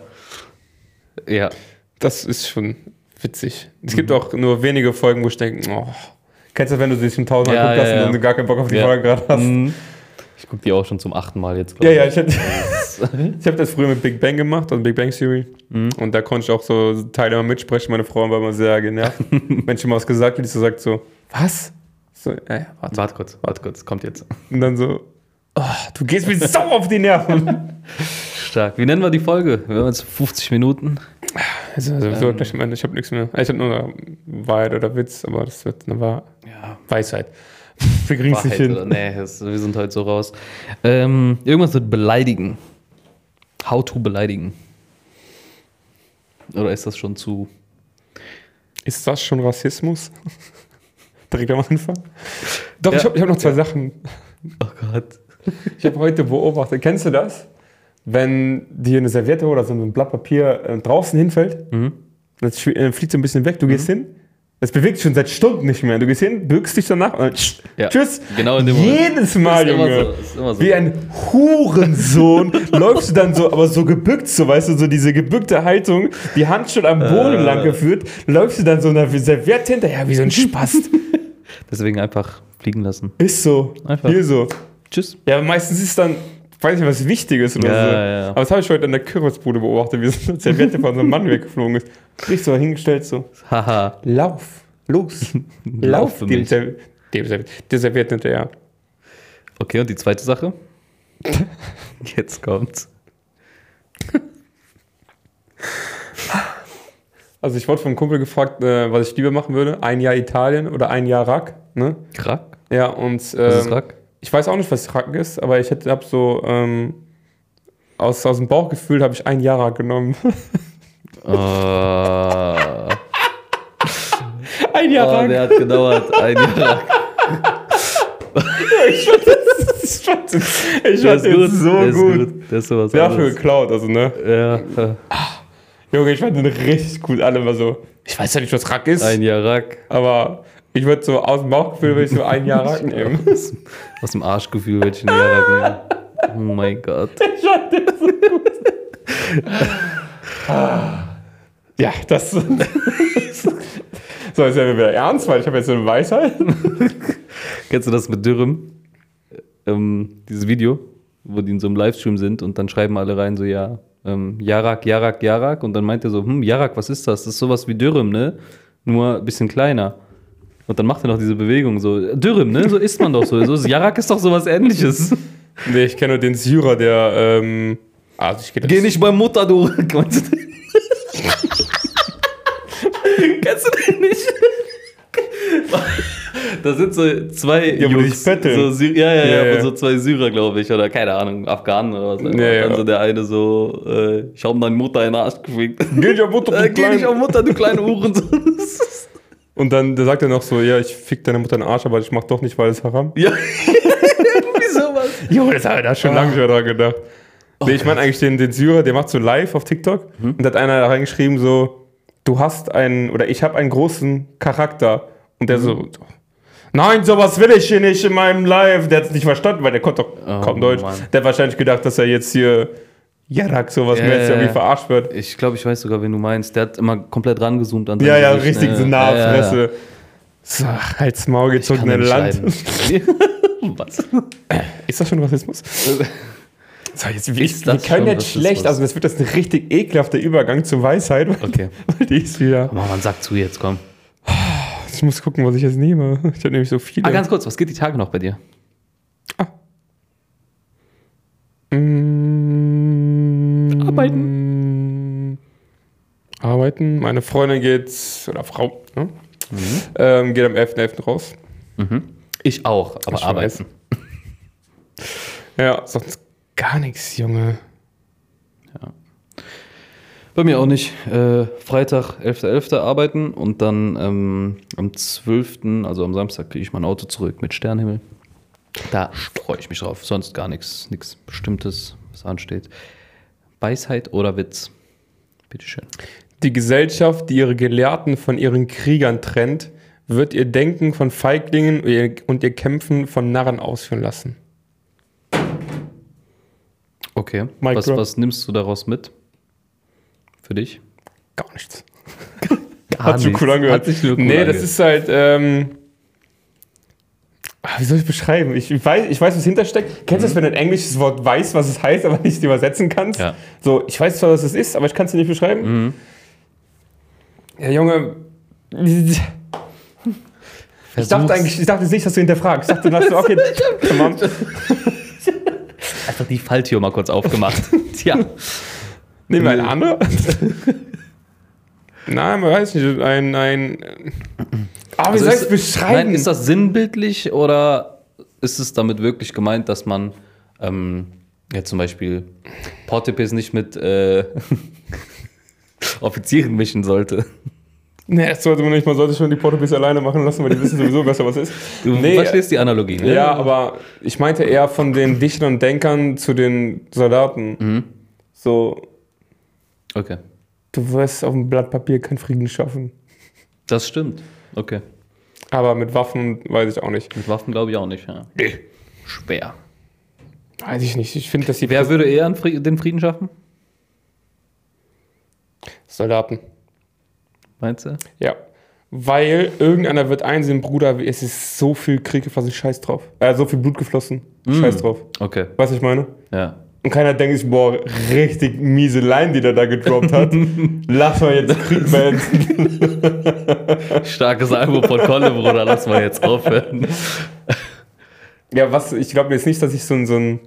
A: Ja. Mhm.
B: Das ist schon witzig. Es gibt auch nur wenige Folgen, wo ich denke, oh, Kennst du, wenn du sie zum tausendmal
A: Ja,
B: geguckt hast
A: ja, ja.
B: und du gar keinen Bock auf die Folge gerade hast?
A: Mhm. Ich gucke die auch schon zum achten Mal jetzt.
B: Ja,
A: glaub
B: ja, (laughs) ich habe
A: (laughs)
B: ich hab das früher mit Big Bang gemacht, also Big Bang Theory.
A: Mhm.
B: Und da konnte ich auch so Teile immer mitsprechen. Meine Frau war immer
A: (laughs)
B: sehr genervt. wenn ich immer was gesagt hätte, so sagt so, was? So, ja, ja, warte.
A: ich. Warte kurz, warte kurz, kommt jetzt.
B: Und dann so, "Ah, du gehst mir sauer auf die Nerven.
A: Stark. Wie nennen wir die Folge? Wir haben jetzt 50 Minuten.
B: (laughs) Also, also, so, gleich am Ende, ich habe nichts mehr. Also, Ich habe nur eine Wahrheit oder Witz, aber das wird eine Wahr
A: Ja,
B: (laughs) Weisheit. Wir kriegen es nicht
A: Wahrheit
B: hin.
A: oder? Nee, es- wir sind heute so raus. Ähm, irgendwas mit beleidigen. How to beleidigen. Oder ist das schon zu.
B: Ist das schon Rassismus? (laughs) Direkt am Anfang? Doch,
A: Ja.
B: ich habe hab noch zwei Sachen.
A: Oh Gott.
B: Ich habe heute beobachtet, kennst du das? Wenn dir eine Serviette oder so ein Blatt Papier äh, draußen hinfällt,
A: Mhm.
B: das schw- äh, fliegt so ein bisschen weg, du gehst hin, es bewegt sich schon seit Stunden nicht mehr. Du gehst hin, bückst dich danach und dann tsch,
A: Ja,
B: tschüss.
A: genau in dem Moment.
B: Jedes Mal,
A: Ist immer
B: Junge.
A: so, ist immer so.
B: Wie ein
A: (laughs)
B: Hurensohn läufst du dann so, aber so gebückt, so weißt du, so diese gebückte Haltung, die Hand schon am Boden
A: Äh.
B: lang geführt, läufst du dann so einer Serviette hinterher, wie so
A: (laughs)
B: ein Spast.
A: Deswegen einfach fliegen lassen.
B: Ist so.
A: Einfach.
B: Hier so.
A: Tschüss.
B: Ja, meistens ist dann, weiß ich was Wichtiges oder
A: Ja,
B: so.
A: ja.
B: Aber das habe ich heute an der Kürbisbude beobachtet, wie so eine Serviette von so einem Mann weggeflogen ist. Richtig so hingestellt, so.
A: Haha.
B: Lauf, los,
A: (laughs) Lauf
B: lauf
A: für
B: dem,
A: mich.
B: Serv dem Serviette, der Serviette hinterher.
A: Okay, und die zweite Sache? (laughs) Jetzt kommt's.
B: Also ich wurde von einem Kumpel gefragt, äh, was ich lieber machen würde. Ein Jahr Italien oder ein Jahr Rack, ne?
A: Krack?
B: Ja, und
A: Was ist
B: ähm,
A: Krack?
B: (laughs) ich weiß auch nicht, was Rack ist, aber ich hätte, hab so, ähm, aus, aus dem Bauchgefühl habe ich ein Jahr
A: (laughs)
B: Rack genommen.
A: Oh.
B: ein Jahr
A: Oh, der hat gedauert. Ein
B: (laughs)
A: Jahr.
B: Ich fand (laughs) das,
A: (laughs)
B: ich fand das, ich
A: Der ist
B: fand das
A: gut.
B: so
A: der ist
B: gut.
A: Der ist sowas
B: Dafür
A: anderes.
B: geklaut, also ne?
A: Ja.
B: Junge, ich fand den richtig gut. Alle immer so, ich weiß ja nicht, was Rack ist,
A: Ein Jahr Rack.
B: aber ich würde so aus dem Bauchgefühl würde ich so ein Jahr Rack (laughs) nehmen.
A: Aus, aus dem Arschgefühl würde ich ein Jahr Rack nehmen. Oh mein Gott.
B: Ich fand das so gut. Ah. ja, das. (laughs) so, jetzt werden wir wieder ernst, weil ich habe jetzt so eine Weisheit.
A: Kennst du das mit Dürrem? Ähm, dieses Video, wo die in so einem Livestream sind und dann schreiben alle rein so, ja, ähm, Jarak, Jarak, Jarak. Und dann meint er so, hm, Jarak, was ist das? Das ist sowas wie Dürrem, ne? Nur ein bisschen kleiner. Und dann macht er noch diese Bewegung so, Dürrem, ne? So isst man doch so. so ist, Jarak ist doch sowas ähnliches.
B: Nee, ich kenne nur den Syrer, der. Ähm, also ich
A: Geh nicht bei Mutter, du. Kennst du den? Kennst du den nicht? Da sind so zwei
B: Ja, wo die sich betteln.
A: so Sy ja, ja, ja,
B: Ja, ja.
A: und so zwei Syrer, glaube ich, oder keine Ahnung, Afghanen oder was. und
B: Ja, ja.
A: dann so der eine so, äh, ich habe deine Mutter in den Arsch gefickt.
B: Geh nicht auf Mutter,
A: (laughs) Äh,
B: du
A: Geh nicht
B: Kleiner.
A: auf Mutter, du kleine
B: (laughs)
A: Hurensohn.
B: Und dann der sagt er noch so, ja, ich fick deine Mutter in den Arsch, aber ich mach doch nicht, weil es haram.
A: ja, (laughs) irgendwie sowas.
B: Jo, das habe ich da schon
A: Ah.
B: lange nicht mehr dran gedacht.
A: Oh
B: nee, ich meine eigentlich den, den Syrer, der macht so live auf TikTok
A: Mhm.
B: und da hat einer da reingeschrieben so, du hast einen, oder ich habe einen großen Charakter. Und
A: Mhm.
B: der so, nein, sowas will ich hier nicht in meinem Live. Der hat es nicht verstanden, weil der konnte doch
A: Oh,
B: kaum Deutsch.
A: Mann.
B: Der hat wahrscheinlich gedacht, dass er jetzt hier Jarak sowas
A: Ja,
B: yeah. jetzt
A: ja,
B: irgendwie
A: ja.
B: verarscht wird.
A: Ich glaube, ich weiß sogar, wen du meinst. Der hat immer komplett rangezoomt an sein
B: Ja, ja,
A: Gesicht,
B: richtig,
A: ne?
B: so nah Fresse. So, halt's Maul
A: Ich kann
B: gezogen
A: den
B: in
A: nicht
B: Land. (laughs)
A: leiden. was?
B: Ist das schon Rassismus? So, jetzt, ich, wir
A: das schon
B: können jetzt
A: Rassismus?
B: schlecht, also das wird jetzt ein richtig ekelhafter Übergang zur Weisheit, weil
A: Okay.
B: weil die ist wieder.
A: Mach mal einen Sack zu jetzt, komm.
B: Ich muss gucken, was ich jetzt nehme. Ich habe nämlich so viele.
A: Ah, ganz kurz, was geht die Tage noch bei dir? Ah. Mm. Arbeiten.
B: Arbeiten. Meine Freundin geht, oder Frau, ne?
A: Mhm.
B: ähm, geht am 11.11. raus.
A: Ich auch, aber
B: Ich
A: arbeiten.
B: Ja, sonst gar nichts, Junge.
A: Bei mir auch nicht. Äh, Freitag, 11.11. arbeiten und dann ähm, am 12., also am Samstag, kriege ich mein Auto zurück mit Sternhimmel. Da freue ich mich drauf. Sonst gar nichts, nichts Bestimmtes, was ansteht. Weisheit oder Witz? Bitteschön.
B: Die Gesellschaft, die ihre Gelehrten von ihren Kriegern trennt, wird ihr Denken von Feiglingen und ihr- und ihr Kämpfen von Narren ausführen lassen.
A: Okay.
B: Mic
A: Was,
B: drop.
A: was nimmst du daraus mit? Für dich?
B: Gar nichts.
A: Gar
B: Hat sich
A: nichts.
B: cool angehört.
A: Hat sich nur cool
B: nee,
A: angehört.
B: das ist halt, ähm, Ah, Wie soll ich beschreiben? Ich weiß, ich weiß was hintersteckt. Kennst du das, wenn du ein englisches Wort weißt, was es heißt, aber nicht übersetzen kannst?
A: Mhm. Ja. Mhm.
B: So, ich weiß zwar, was es ist, aber ich kann es dir nicht beschreiben. Ja, Junge. Ich dachte eigentlich, ich dachte jetzt nicht, dass du hinterfragst. Ich dachte, dann
A: (laughs)
B: hast du, okay, tamam.
A: Einfach die Falltür mal kurz
B: (laughs)
A: aufgemacht. Also Tja.
B: Nehmen wir
A: (laughs)
B: eine andere? Nein, man weiß nicht. Ein, ein. Aber wie soll ich es beschreiben?
A: Nein, Also ist das sinnbildlich oder ist es damit wirklich gemeint, dass man ähm, ja, zum Beispiel Portepes nicht mit äh, (laughs) Offizieren mischen sollte?
B: nee, das sollte man nicht. Man sollte schon die Portobis alleine machen lassen, weil die wissen sowieso besser, was ist.
A: Du verstehst die Analogie, ne?
B: äh, Ja, aber ich meinte eher von den Dichtern und Denkern zu den Soldaten.
A: Mhm.
B: So,
A: Okay.
B: du wirst auf dem Blatt Papier keinen Frieden schaffen.
A: Das stimmt. Okay.
B: Aber mit Waffen weiß ich auch nicht.
A: Mit Waffen glaube ich auch nicht. Ja. Schwer.
B: Weiß ich nicht. Ich finde, dass die
A: Wer würde eher einen Fri- den Frieden schaffen?
B: Soldaten.
A: Meinst du?
B: Ja. Weil irgendeiner wird einsehen, Bruder, es ist so viel Krieg geflossen, scheiß drauf. Äh, so viel Blut geflossen,
A: Mhm.
B: scheiß drauf.
A: Okay.
B: Weißt du, was ich meine?
A: Ja.
B: Und keiner denkt sich, boah, richtig miese Line, die der da gedroppt
A: (laughs)
B: hat. Lass mal jetzt Krieg beenden.
A: Starkes Album von Kolle, Bruder. Lass mal jetzt aufhören.
B: Ja, was, ich glaube jetzt nicht, dass ich so ein, so ein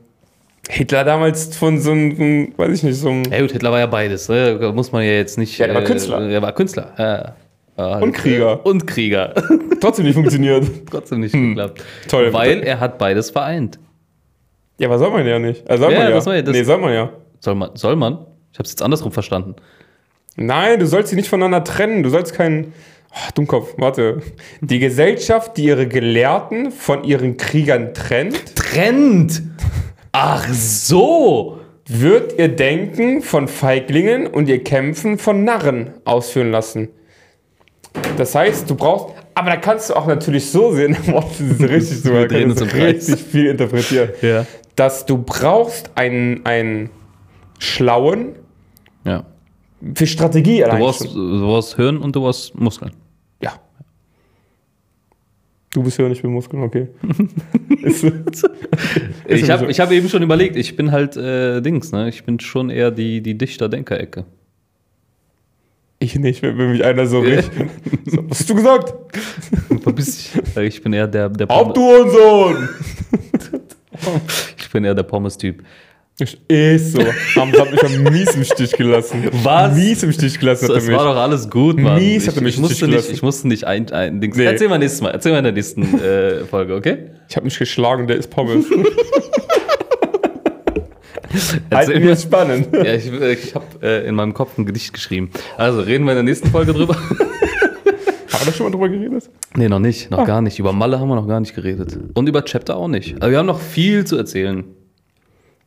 B: Hitler damals von so einem, weiß ich nicht, so einem.
A: Ja gut, Hitler war ja beides. Ne? Muss man ja jetzt nicht.
B: Ja, der war Künstler.
A: Er war Künstler. Ja. Ah,
B: Und Krieger.
A: Und Krieger. (laughs)
B: Trotzdem nicht funktioniert.
A: Trotzdem nicht geklappt.
B: Toll.
A: Weil er hat beides vereint.
B: Ja, aber soll man ja nicht. Also soll
A: Ja,
B: man ja.
A: was soll ja das?
B: nee, soll man ja.
A: Soll man? Soll man? Ich habe es jetzt andersrum verstanden.
B: Nein, du sollst sie nicht voneinander trennen. Du sollst keinen. Oh, Dummkopf, warte. Die Gesellschaft, die ihre Gelehrten von ihren Kriegern trennt,
A: Trend. Ach so.
B: wird ihr Denken von Feiglingen und ihr Kämpfen von Narren ausführen lassen. Das heißt, du brauchst. Aber da kannst du auch natürlich so sehen, (laughs) boah, das
A: (laughs)
B: ist richtig so,
A: Wir
B: man
A: drehen
B: kann das
A: uns im Kreis.
B: richtig viel interpretieren,
A: Ja.
B: dass du brauchst einen, einen schlauen
A: Ja.
B: für Strategie
A: Du
B: allein.
A: brauchst,
B: schon.
A: du brauchst Hirn und du brauchst Muskeln.
B: Ja. Du bist ja nicht mit
A: (laughs)
B: Muskeln, okay. Ist-
A: Ich
B: so.
A: habe ich hab eben schon überlegt, ich bin halt äh, Dings, ne? Ich bin schon eher die, die Dichter-Denker-Ecke.
B: ich nicht, wenn wenn mich einer so richtig.
A: (laughs)
B: So, was hast du gesagt?
A: Verpiss dich. Äh, Ich bin eher der, der
B: Ob
A: Pommes,
B: du Sohn!
A: ich bin eher der Pommes-Typ.
B: Ist eh so. Haben hat mich am mies im Stich gelassen.
A: Was?
B: Mies im Stich gelassen hat er
A: Es war
B: mich.
A: doch alles gut, Mann.
B: Mies
A: ich,
B: hat er mich
A: ich, musste
B: nicht
A: nicht,
B: gelassen.
A: ich musste nicht ein, ein Dings.
B: Nee.
A: Erzähl mal nächstes Mal. Erzähl mal in der (laughs) nächsten äh, Folge, okay?
B: Ich hab mich geschlagen, der ist
A: (laughs)
B: Pommes.
A: Also Erzähl Halt
B: Halten
A: mal.
B: wir Halt spannend.
A: Ja, ich, ich habe äh, in meinem Kopf ein Gedicht geschrieben. Also reden wir in der nächsten Folge drüber.
B: Haben wir da schon mal drüber geredet?
A: (laughs) Nee, noch nicht, noch gar nicht. Über Malle haben wir noch gar nicht geredet. Und über Chapter auch nicht. Aber wir haben noch viel zu erzählen.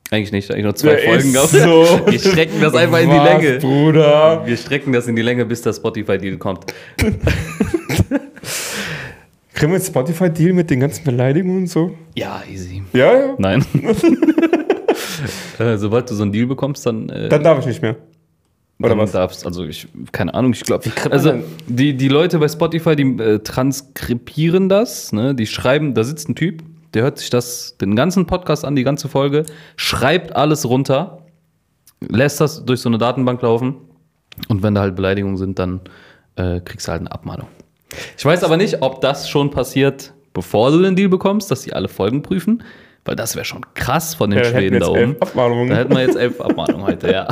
A: Eigentlich nicht, eigentlich noch zwei
B: Der
A: Folgen
B: ist
A: gehabt.
B: so.
A: Wir strecken das einfach Halt in die
B: Was,
A: Länge.
B: Bruder.
A: Wir strecken das in die Länge, bis der Spotify-Deal kommt.
B: Kriegen wir einen Spotify-Deal mit den ganzen Beleidigungen und so?
A: Ja, easy.
B: Ja, ja.
A: Nein. (laughs) äh, sobald du so einen Deal bekommst, dann, äh,
B: Dann darf ich nicht mehr. Oder
A: dann
B: was?
A: darfst also ich keine Ahnung, ich glaube.
B: man
A: Also
B: denn-
A: die, die Leute bei Spotify, die äh, transkribieren das, ne? Die schreiben, da sitzt ein Typ, der hört sich das den ganzen Podcast an, die ganze Folge, schreibt alles runter, lässt das durch so eine Datenbank laufen und wenn da halt Beleidigungen sind, dann äh, kriegst du halt eine Abmahnung. Ich weiß aber nicht, ob das schon passiert, bevor du den Deal bekommst, dass die alle Folgen prüfen, weil das wäre schon krass von den
B: Ja, dann hätten
A: Schweden
B: wir
A: da
B: jetzt elf
A: oben.
B: Abmahnungen.
A: Da hätten wir jetzt elf Abmahnungen heute, ja.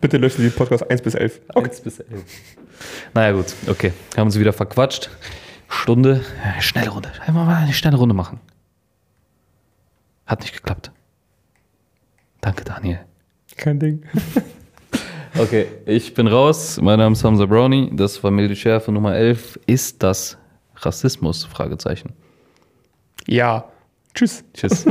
B: Bitte löschen Sie den Podcast 1 bis 11. Okay.
A: 1 bis 11. Naja, gut, okay. Haben uns wieder verquatscht. Stunde, Ja, schnelle Runde. Einfach mal eine schnelle Runde machen. Hat nicht geklappt. Danke, Daniel.
B: Kein Ding.
A: Okay, ich bin raus. Mein Name ist Hamza Brownie. Das war milde Schärfe Nummer 11. Ist das Rassismus? Fragezeichen.
B: Ja. Tschüss.
A: (laughs) Tschüss.